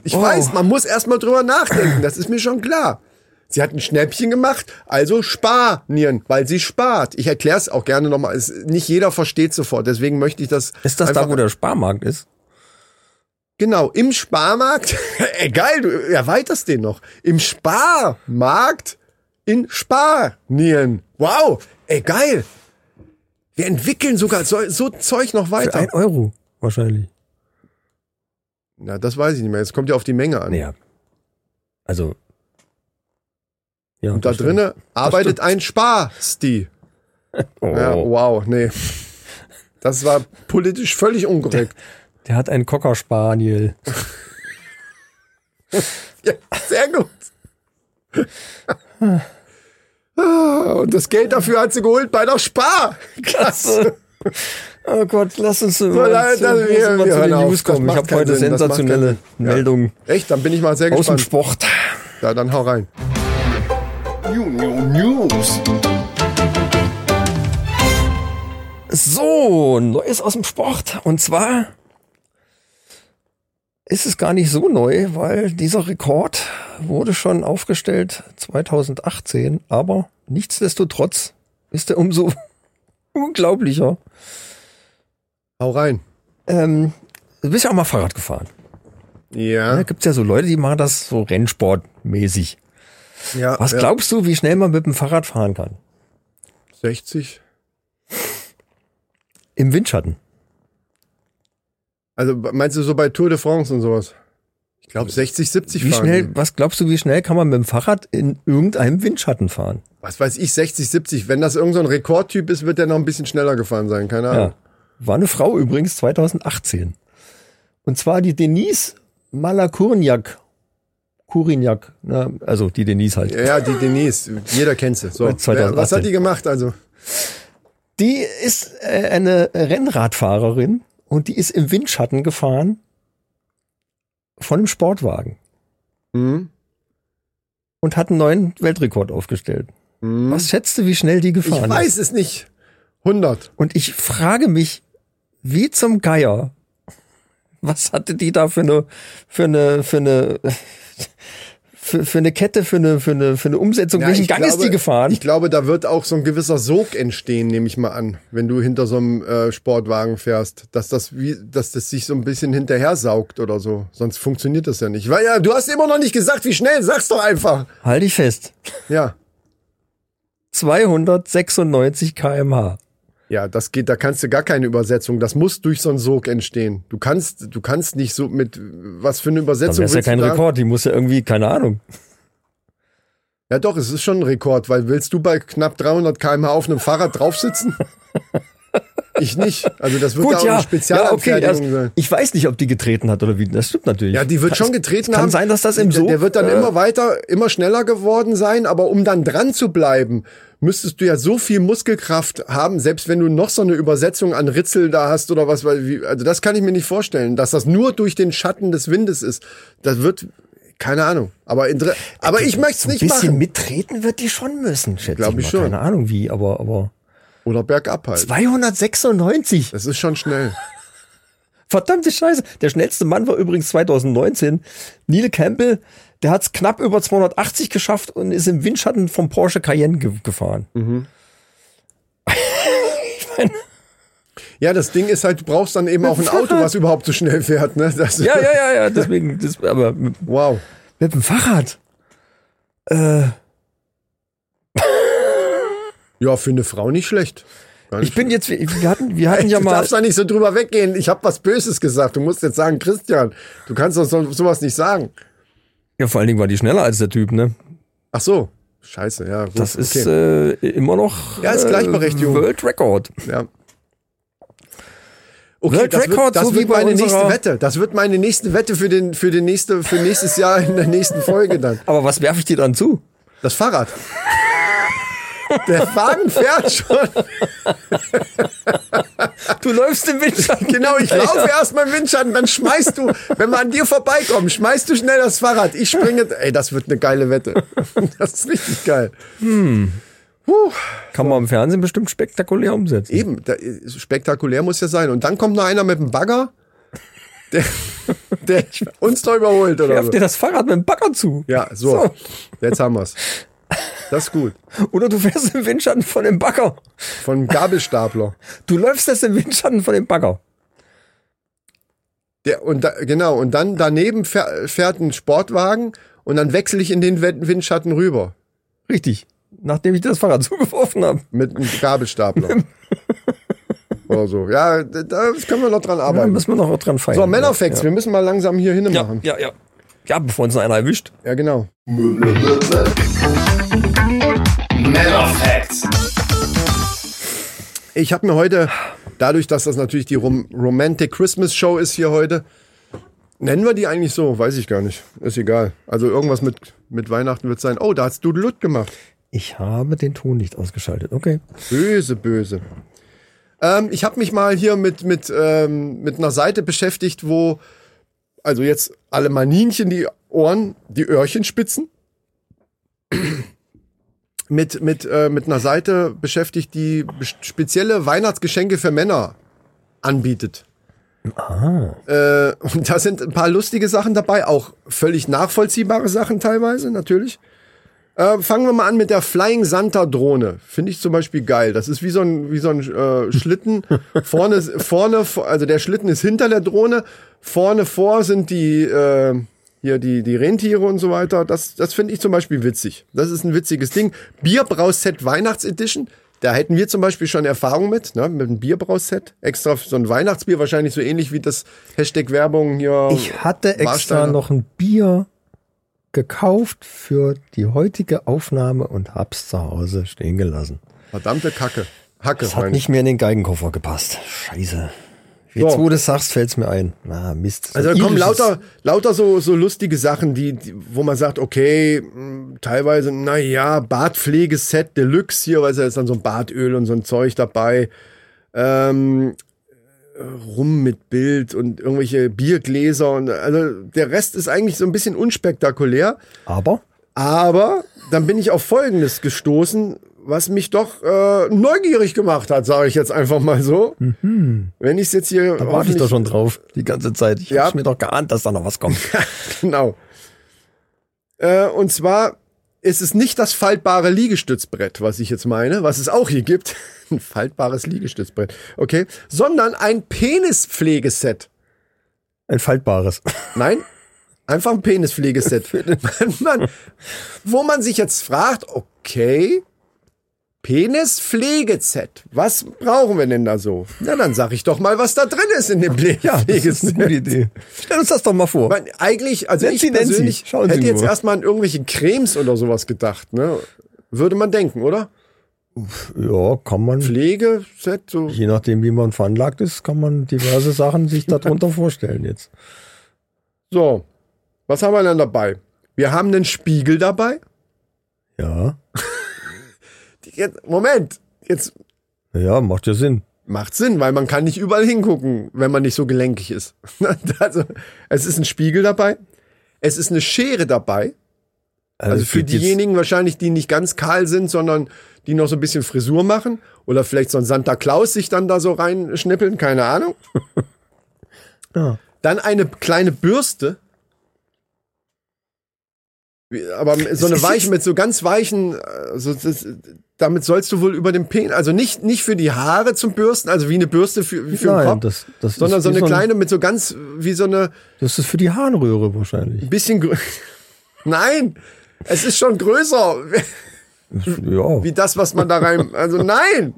B: Ich
A: Oh.
B: weiß, man muss erstmal drüber nachdenken. Das ist mir schon klar. Sie hat ein Schnäppchen gemacht, also Spanien, weil sie spart. Ich erkläre es auch gerne nochmal. Es- Nicht jeder versteht sofort. Deswegen möchte ich das.
A: Ist das da,
B: einfach-
A: wo der Sparmarkt ist?
B: Genau, im Sparmarkt, egal, du erweiterst den noch. Im Sparmarkt in Spanien. Wow, ey, geil. Wir entwickeln sogar so, so Zeug noch
A: Für
B: weiter.
A: ein Euro wahrscheinlich.
B: Na, das weiß ich nicht mehr. Jetzt kommt ja auf die Menge an.
A: Naja. Also. Ja,
B: Und da
A: das stimmt.
B: drinnen arbeitet ein Sparsti.
A: Oh,
B: Ja, wow, nee. Das war politisch völlig unkorrekt.
A: Der hat einen Cocker Spaniel.
B: Ja, sehr gut. Ah, Und das Geld dafür hat sie geholt bei der Spar.
A: Klasse. Oh Gott, lass uns so,
B: da- da- wir-
A: lass uns mal
B: wir
A: zu
B: hören
A: den
B: auf.
A: News
B: Das
A: kommen. Ich
B: macht
A: habe
B: keinen
A: heute
B: Sinn. Das macht
A: sensationelle
B: keinen Sinn. Ja.
A: Meldungen
B: Echt, dann bin ich mal sehr
A: aus dem
B: gespannt.
A: Sport.
B: Ja, dann hau rein.
E: New, new News.
A: So, Neues aus dem Sport. Und zwar ist es gar nicht so neu, weil dieser Rekord wurde schon aufgestellt 2018, aber nichtsdestotrotz ist er umso unglaublicher.
B: Hau rein.
A: Ähm, du bist ja auch mal Fahrrad gefahren. Da
B: Ja.
A: gibt's ja so Leute, die machen das so Rennsportmäßig.
B: ja
A: Was
B: ja.
A: glaubst du, wie schnell man mit dem Fahrrad fahren kann?
B: 60.
A: Im Windschatten.
B: Also meinst du so bei Tour de France und sowas? Ich glaube 60, 70
A: Wie
B: fahren.
A: schnell,
B: die.
A: was glaubst du, wie schnell kann man mit dem Fahrrad in irgendeinem Windschatten fahren?
B: Was weiß ich, 60, 70. Wenn das irgendein so ein Rekordtyp ist, wird der noch ein bisschen schneller gefahren sein. Keine Ahnung.
A: Ja. War eine Frau übrigens 2018. Und zwar die Denise Malakurniak. Kuriniak, ne? also die Denise halt.
B: Ja, ja die Denise. Jeder kennt sie. So.
A: Seit 2018.
B: Wer- Was hat die gemacht? Also
A: Die ist äh, eine Rennradfahrerin und die ist im Windschatten gefahren von einem Sportwagen
B: hm?
A: und hat einen neuen Weltrekord aufgestellt.
B: Hm?
A: Was schätzt du, wie schnell die
B: Ich
A: gefahren ist?
B: weiß es nicht. 100.
A: Und ich frage mich, wie zum Geier, was hatte die da für eine, für eine, für eine, für, für eine Kette, für eine, für eine, für eine Umsetzung?
B: Ja,
A: Welchen
B: ich
A: Gang ist
B: glaube-
A: die gefahren?
B: Ich glaube, da wird auch so ein gewisser Sog entstehen, nehme ich mal an, wenn du hinter so einem äh, Sportwagen fährst, dass das wie, dass das sich so ein bisschen hinterher saugt oder so. Sonst funktioniert das ja nicht. Weil ja, du hast immer noch nicht gesagt, wie schnell. Sag's doch einfach.
A: Halte ich fest.
B: Ja.
A: 296 kmh.
B: Ja, das geht, da kannst du gar keine Übersetzung. Das muss durch so einen Sog entstehen. Du kannst, du kannst nicht so mit, was für eine
A: Dann
B: Übersetzung.
A: wär's ja
B: willst
A: kein
B: du da-
A: Rekord, die muss ja irgendwie, keine Ahnung.
B: Ja, doch, es ist schon ein Rekord, weil willst du bei knapp 300 km/h auf einem Fahrrad drauf sitzen? ich nicht. Also, das wird da
A: Gut,
B: auch
A: ja.
B: eine
A: ja okay,
B: Spezialanfertigung
A: also,
B: sein.
A: ich weiß nicht, ob die getreten hat oder wie. Das stimmt natürlich.
B: Ja, die wird schon getreten
A: kann
B: haben.
A: sein, dass das im
B: Der- Der
A: Sog,
B: wird dann
A: äh,
B: immer weiter, immer schneller geworden sein, aber um dann dran zu bleiben, müsstest du ja so viel Muskelkraft haben, selbst wenn du noch so eine Übersetzung an Ritzel da hast oder was, weil, wie, also das kann ich mir nicht vorstellen, dass das nur durch den Schatten des Windes ist. Das wird, keine Ahnung, aber, in, dr- aber ich
A: Also so
B: möchte es
A: ein
B: nicht
A: bisschen
B: machen.
A: mittreten wird die schon müssen, schätze
B: Glaub
A: ich
B: ich
A: mal.
B: schon.
A: Keine Ahnung wie, aber, aber.
B: Oder bergab halt.
A: 296.
B: Das ist schon schnell.
A: Verdammte Scheiße. Der schnellste Mann war übrigens 2019 Neil Campbell. Der hat es knapp über 280 geschafft und ist im Windschatten vom Porsche Cayenne ge gefahren.
B: Mhm.
A: ich meine,
B: Ja, das Ding ist halt, du brauchst dann eben auch ein Auto, was überhaupt so schnell fährt, ne? Das,
A: ja, ja, ja, ja. Deswegen, das, aber mit,
B: Wow.
A: mit dem Fahrrad. Äh,
B: Ja, für eine Frau nicht schlecht. Gar nicht
A: ich bin jetzt, wir hatten, wir hatten ja
B: du
A: mal.
B: darfst da nicht so drüber weggehen. Ich habe was Böses gesagt. Du musst jetzt sagen, Christian, du kannst doch so, sowas nicht sagen.
A: Ja, vor allen Dingen war die schneller als der Typ, ne?
B: Ach so. Scheiße, ja. Gut,
A: Das ist
B: Okay.
A: äh, immer noch.
B: Ja, ist
A: äh,
B: Gleichberechtigung.
A: World Record.
B: ja. Okay,
A: äh, World
B: das wird,
A: Record,
B: das
A: so wie
B: wird
A: bei
B: meine nächste
A: unserer-
B: Wette. Das wird meine nächste Wette für den für den nächste für nächstes Jahr in der nächsten Folge dann.
A: Aber was werfe ich dir dann zu?
B: Das Fahrrad. Der Wagen fährt schon.
A: Du läufst im Windschatten.
B: Genau, ich laufe erst mal im Windschatten, dann schmeißt du, wenn wir an dir vorbeikommen, schmeißt du schnell das Fahrrad. Ich springe. Ey, das wird eine geile Wette. Das ist richtig geil.
A: Kann man im Fernsehen bestimmt spektakulär umsetzen.
B: Eben, da, ist- spektakulär muss ja sein. Und dann kommt noch einer mit dem Bagger, der, der uns da überholt oder
A: Werf
B: so.
A: dir das Fahrrad mit dem Bagger zu.
B: Ja, so. Jetzt haben wir's. Das ist gut.
A: Oder du fährst im Windschatten von dem Bagger.
B: Von Gabelstapler.
A: Du läufst jetzt im Windschatten von dem Bagger.
B: Der, und da, genau, und dann daneben fähr- fährt ein Sportwagen und dann wechsle ich in den Win- Windschatten rüber
A: Richtig. Nachdem ich dir das Fahrrad zugeworfen habe.
B: mit einem Gabelstapler. Oder so. Ja, da da können wir noch dran
A: Da
B: arbeiten.
A: müssen wir noch dran feiern.
B: so, Männerfacts, wir müssen mal langsam hier hin
A: Ja,
B: machen.
A: ja, ja. Ja, bevor uns noch einer erwischt.
B: Ja, genau.
E: Männer Facts.
B: Ich habe mir heute, dadurch, dass das natürlich die Rom Romantic Christmas Show ist hier heute, nennen wir die eigentlich so? Weiß ich gar nicht. Ist egal. Also irgendwas mit, mit Weihnachten wird sein. Oh, da hat's Dudelut gemacht.
A: Ich habe den Ton nicht ausgeschaltet. Okay.
B: Böse, böse. Ähm, ich habe mich mal hier mit, mit, ähm, mit einer Seite beschäftigt, wo, also jetzt alle Maninchen die Ohren, die Öhrchen spitzen. mit, mit, äh, mit einer Seite beschäftigt, die bes- spezielle Weihnachtsgeschenke für Männer anbietet. Äh, und da sind ein paar lustige Sachen dabei, auch völlig nachvollziehbare Sachen teilweise, natürlich. Äh, fangen wir mal an mit der Flying Santa Drohne. Finde ich zum Beispiel geil. Das ist wie so ein, wie so ein äh, Schlitten. Vorne, vorne, vor- also der Schlitten ist hinter der Drohne. Vorne vor sind die, äh, hier die, die Rentiere und so weiter. Das, das finde ich zum Beispiel witzig. Das ist ein witziges Ding. Bierbrauset Weihnachtsedition. Da hätten wir zum Beispiel schon Erfahrung mit, ne? mit einem Bierbrauset. Extra so ein Weihnachtsbier, wahrscheinlich so ähnlich wie das Hashtag Werbung hier.
A: Ich hatte extra
B: Warsteiner.
A: noch ein Bier gekauft für die heutige Aufnahme und hab's zu Hause stehen gelassen.
B: Verdammte Kacke. Hacke,
A: Das hat
B: meine ich.
A: nicht mehr in den Geigenkoffer gepasst. Scheiße.
B: So.
A: Jetzt, wo du es sagst, fällt's mir ein. Na, Mist.
B: Also da
A: Irisches-
B: kommen lauter, lauter so, so lustige Sachen, die, die, wo man sagt, okay, mh, teilweise, naja, Bartpflegeset Deluxe hier, weil da ist dann so ein Bartöl und so ein Zeug dabei. Ähm, äh, Rum mit Bild und irgendwelche Biergläser und also der Rest ist eigentlich so ein bisschen unspektakulär.
A: Aber?
B: Aber dann bin ich auf Folgendes gestoßen, was mich doch äh, neugierig gemacht hat, sage ich jetzt einfach mal so. Wenn ich es jetzt hier
A: Mhm. Da warte ich
B: hoffentlich-
A: doch schon drauf, die ganze Zeit. Ich
B: Ja.
A: hab's mir doch geahnt, dass da noch was kommt.
B: genau. Äh, und zwar ist es nicht das faltbare Liegestützbrett, was ich jetzt meine, was es auch hier gibt. Ein faltbares Liegestützbrett, okay? Sondern ein Penispflegeset.
A: Ein faltbares.
B: Nein, einfach ein Penispflegeset. man, man, wo man sich jetzt fragt, okay, Penispflegeset, was brauchen wir denn da so? Na, dann sag ich doch mal, was da drin ist in dem Penispflegeset.
A: Idee. Stell uns das doch mal vor.
B: Man, eigentlich, also
A: Nancy,
B: ich persönlich
A: Nancy, schauen Oh. Sie
B: hätte jetzt
A: nur.
B: erstmal an irgendwelche Cremes oder sowas gedacht, ne? Würde man denken, oder?
A: Ja, kann man,
B: Pflegeset, so.
A: je nachdem, wie man veranlagt ist, kann man diverse Sachen sich darunter vorstellen jetzt.
B: So. Was haben wir denn dabei? Wir haben einen Spiegel dabei.
A: Ja,
B: Jetzt, Moment, jetzt
A: ja, macht ja Sinn.
B: macht Sinn, weil man kann nicht überall hingucken, wenn man nicht so gelenkig ist. also, es ist ein Spiegel dabei. Es ist eine Schere dabei. Also
A: es
B: für
A: geht jetzt-
B: diejenigen wahrscheinlich, die nicht ganz kahl sind, sondern die noch so ein bisschen Frisur machen oder vielleicht so ein Santa Claus sich dann da so reinschnippeln, keine Ahnung.
A: Ja.
B: Dann eine kleine Bürste. Wie- Aber so eine
A: ist
B: weiche,
A: jetzt-
B: mit so ganz weichen, äh, so, das, damit sollst du wohl über den Penis, also nicht, nicht für die Haare zum Bürsten, also wie eine Bürste für, wie für den
A: Nein,
B: Kopf,
A: das, das
B: sondern
A: ist
B: so
A: wie
B: eine kleine mit so ganz, wie so eine,
A: Das ist für die Harnröhre wahrscheinlich.
B: bisschen, grö- nein, es ist schon größer.
A: Ja.
B: wie das, was man da rein. Also nein!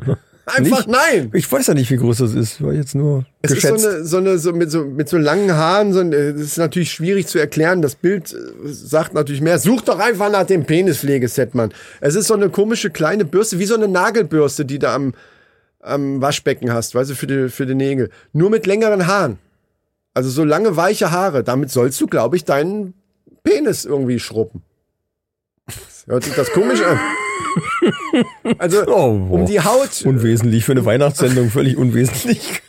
B: Einfach
A: Nicht?
B: nein!
A: Ich weiß ja nicht, wie groß das ist. War jetzt nur
B: Es
A: geschätzt.
B: ist so eine, so eine, so mit so, mit so langen Haaren, so ein, äh, das ist natürlich schwierig zu erklären. Das Bild äh, sagt natürlich mehr. Such doch einfach nach dem Penispflegeset, Mann. Es ist so eine komische kleine Bürste, wie so eine Nagelbürste, die da am, am Waschbecken hast, weißt du, für die, für die Nägel. Nur mit längeren Haaren. Also so lange weiche Haare. Damit sollst du, glaube ich, deinen Penis irgendwie schrubben. Hört sich das komisch an? Also,
A: Oh, boah.
B: um die Haut
A: unwesentlich für eine Weihnachtssendung, völlig unwesentlich.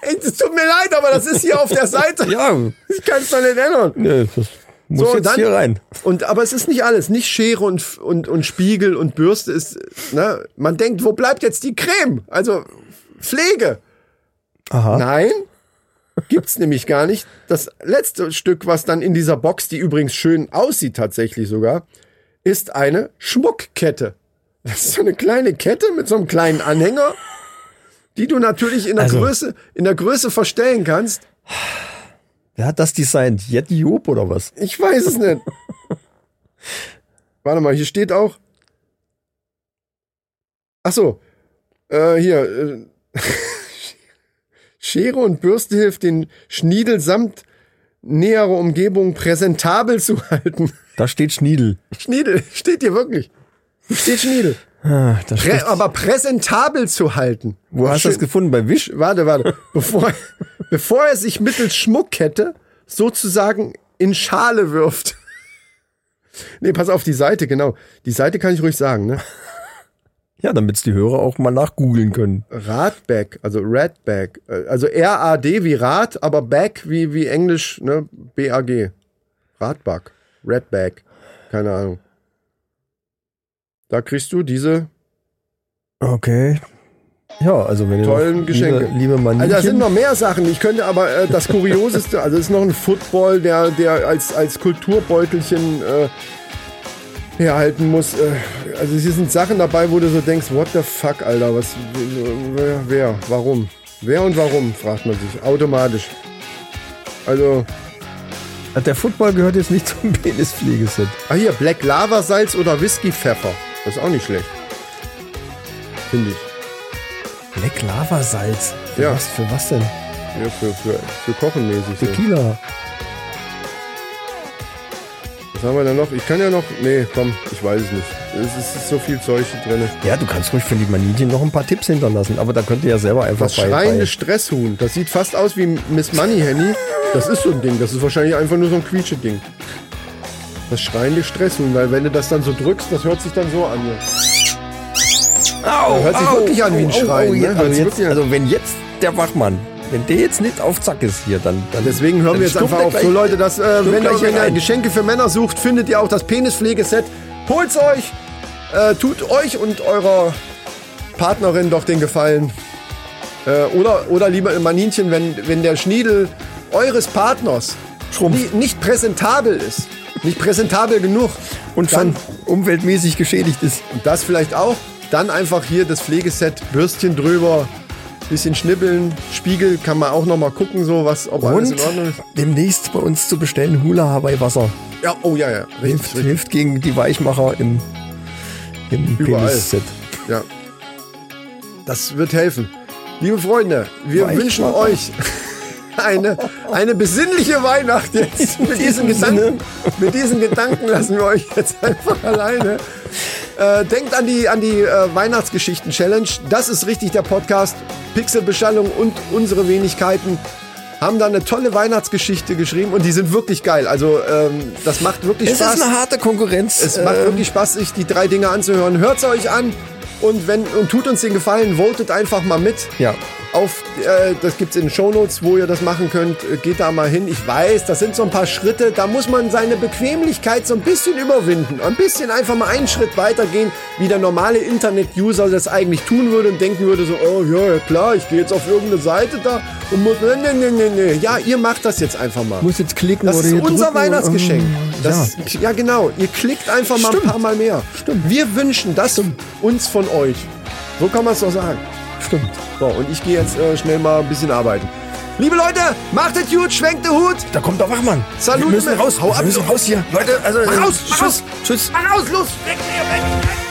B: Ey, Es tut mir leid, aber das ist hier auf der Seite.
A: ja,
B: Ich kann es doch nicht ändern.
A: ne, das Muss
B: so,
A: jetzt
B: dann,
A: hier rein.
B: Und, aber es ist nicht alles. Nicht Schere und, und, und Spiegel und Bürste ist, ne? Man denkt, wo bleibt jetzt die Creme? Also, Pflege.
A: Aha.
B: Nein, gibt's nämlich gar nicht. Das letzte Stück, was dann in dieser Box, die übrigens schön aussieht tatsächlich sogar, ist eine Schmuckkette. Das ist so eine kleine Kette mit so einem kleinen Anhänger, die du natürlich in der
A: Also-
B: Größe, in der Größe verstellen kannst.
A: Wer hat das designt? Yeti Job oder was?
B: Ich weiß es nicht. Warte mal, hier steht auch. Ach so. Äh, hier. Äh, Schere und Bürste hilft den Schniedel samt näherer Umgebung präsentabel zu halten.
A: Da steht Schniedel.
B: Schniedel, steht hier wirklich. Hier Steht Schniedel.
A: Ah, da
B: Prä
A: steht,
B: aber präsentabel zu halten.
A: wo hast du das gefunden? Bei Wisch?
B: Warte, warte. Bevor, bevor er sich mittels Schmuckkette sozusagen in Schale wirft. Nee, pass auf, die Seite, genau. Die Seite kann ich ruhig sagen, ne?
A: Ja, damit es die Hörer auch mal nachgoogeln können.
B: Radback, also Radback. äh, Also R-A-D wie Rad, aber Back wie, wie Englisch, ne? B-A-G. Radback. Radback. Keine Ahnung. Da kriegst du diese
A: Okay. Ja, also wenn ihr
B: Tollen
A: noch,
B: Geschenke.
A: liebe, liebe Maninchen,
B: Also da sind noch mehr Sachen. Ich könnte aber äh, das Kurioseste, also es ist noch ein Football, der, der als, als Kulturbeutelchen äh, herhalten muss. Äh, also hier sind Sachen dabei, wo du so denkst, what the fuck, Alter, was, wer, wer warum? Wer und warum, fragt man sich automatisch. Also,
A: der Football gehört jetzt nicht zum Penispflegeset.
B: ah hier, Black Lava Salz oder Whisky Pfeffer. Das ist auch nicht schlecht. Finde ich.
A: Black Lava Salz. Für
B: Ja.
A: Was, für was denn?
B: Ja, für, für, für Kochen mäßig. So.
A: Tequila.
B: Was haben wir da noch? Ich kann ja noch. Nee, komm, ich weiß es nicht. Es ist, es ist so viel Zeug hier drin.
A: Ja, du kannst ruhig für die Maninchen noch ein paar Tipps hinterlassen, aber da könnt ihr ja selber einfach
B: Das schreiende Stresshuhn. Das sieht fast aus wie Miss Money Henny. Das ist so ein Ding. Das ist wahrscheinlich einfach nur so ein Quietsche-Ding. Das schreiende Stresshuhn, weil wenn du das dann so drückst, das hört sich dann so an. Hier.
A: Au,
B: hört sich wirklich an wie ein Schreien, ne?
A: jetzt,
B: Hört sich
A: also, jetzt,
B: wirklich an.
A: also wenn jetzt der Wachmann, wenn der jetzt nicht auf Zack ist hier, dann... dann
B: Deswegen hören
A: dann
B: wir jetzt
A: stumpft
B: einfach
A: der
B: auf.
A: gleich-
B: So Leute, das, äh,
A: stumpft
B: wenn
A: gleich
B: euch ihr
A: ein.
B: Geschenke für Männer sucht, findet ihr auch das Penispflegeset. Holt's euch! Äh, tut euch und eurer Partnerin doch den Gefallen. Äh, oder, oder lieber Maninchen, wenn, wenn der Schniedel eures Partners nie, nicht präsentabel ist, nicht präsentabel genug
A: Und
B: dann,
A: schon umweltmäßig geschädigt ist.
B: und das vielleicht auch, dann einfach hier das Pflegeset, Bürstchen drüber, bisschen schnibbeln, Spiegel kann man auch noch mal gucken, so was, ob alles
A: Und
B: in Ordnung ist.
A: demnächst bei uns zu bestellen Hula Hawaii Wasser.
B: Ja, oh ja, ja.
A: Hilft,
B: Richtig, richtig.
A: hilft gegen die Weichmacher im, im
B: Überall.
A: Penisset.
B: Ja. Das wird helfen. Liebe Freunde, wir
A: Weichmacher.
B: wünschen euch eine, eine besinnliche Weihnacht jetzt. Mit diesen, Gedanken, mit diesen Gedanken lassen wir euch jetzt einfach alleine. Äh, denkt an die, an die äh, Weihnachtsgeschichten-Challenge. Das ist richtig der Podcast. Pixelbeschallung und unsere Wenigkeiten haben da eine tolle Weihnachtsgeschichte geschrieben und die sind wirklich geil. Also ähm, das macht wirklich
A: Es
B: Spaß.
A: ist eine harte Konkurrenz.
B: Es macht
A: Ähm,
B: wirklich Spaß, sich die drei Dinge anzuhören. Hört's euch an und, wenn, und tut uns den Gefallen, votet einfach mal mit.
A: Ja.
B: Auf, äh, das gibt's in den Shownotes, wo ihr das machen könnt. Äh, Geht da mal hin. Ich weiß, das sind so ein paar Schritte. Da muss man seine Bequemlichkeit so ein bisschen überwinden. Ein bisschen einfach mal einen Schritt weitergehen, wie der normale Internet-User das eigentlich tun würde und denken würde so, oh ja, ja, klar, ich gehe jetzt auf irgendeine Seite da und muss, nee, nee, nee, nee. Ja, ihr macht das jetzt einfach mal.
A: muss jetzt klicken
B: Das
A: oder
B: ist
A: hier
B: unser
A: drücken oder-
B: Weihnachtsgeschenk.
A: ja.
B: Das, ja. genau. Ihr klickt einfach mal
A: Stimmt.
B: ein paar Mal mehr.
A: Stimmt.
B: Wir wünschen das uns von euch. So kann man es doch sagen.
A: Stimmt.
B: So, und ich gehe jetzt äh, schnell mal ein bisschen arbeiten. Liebe Leute, macht es gut, schwenkt den Hut.
A: Da kommt der Wachmann.
B: Salut,
A: Wir müssen
B: Mann.
A: raus.
B: Hau ab.
A: Wir müssen raus hier. Leute, also
B: Mach raus, mach
A: tschüss.
B: raus.
A: Tschüss.
E: Raus, los, weg, weg, weg.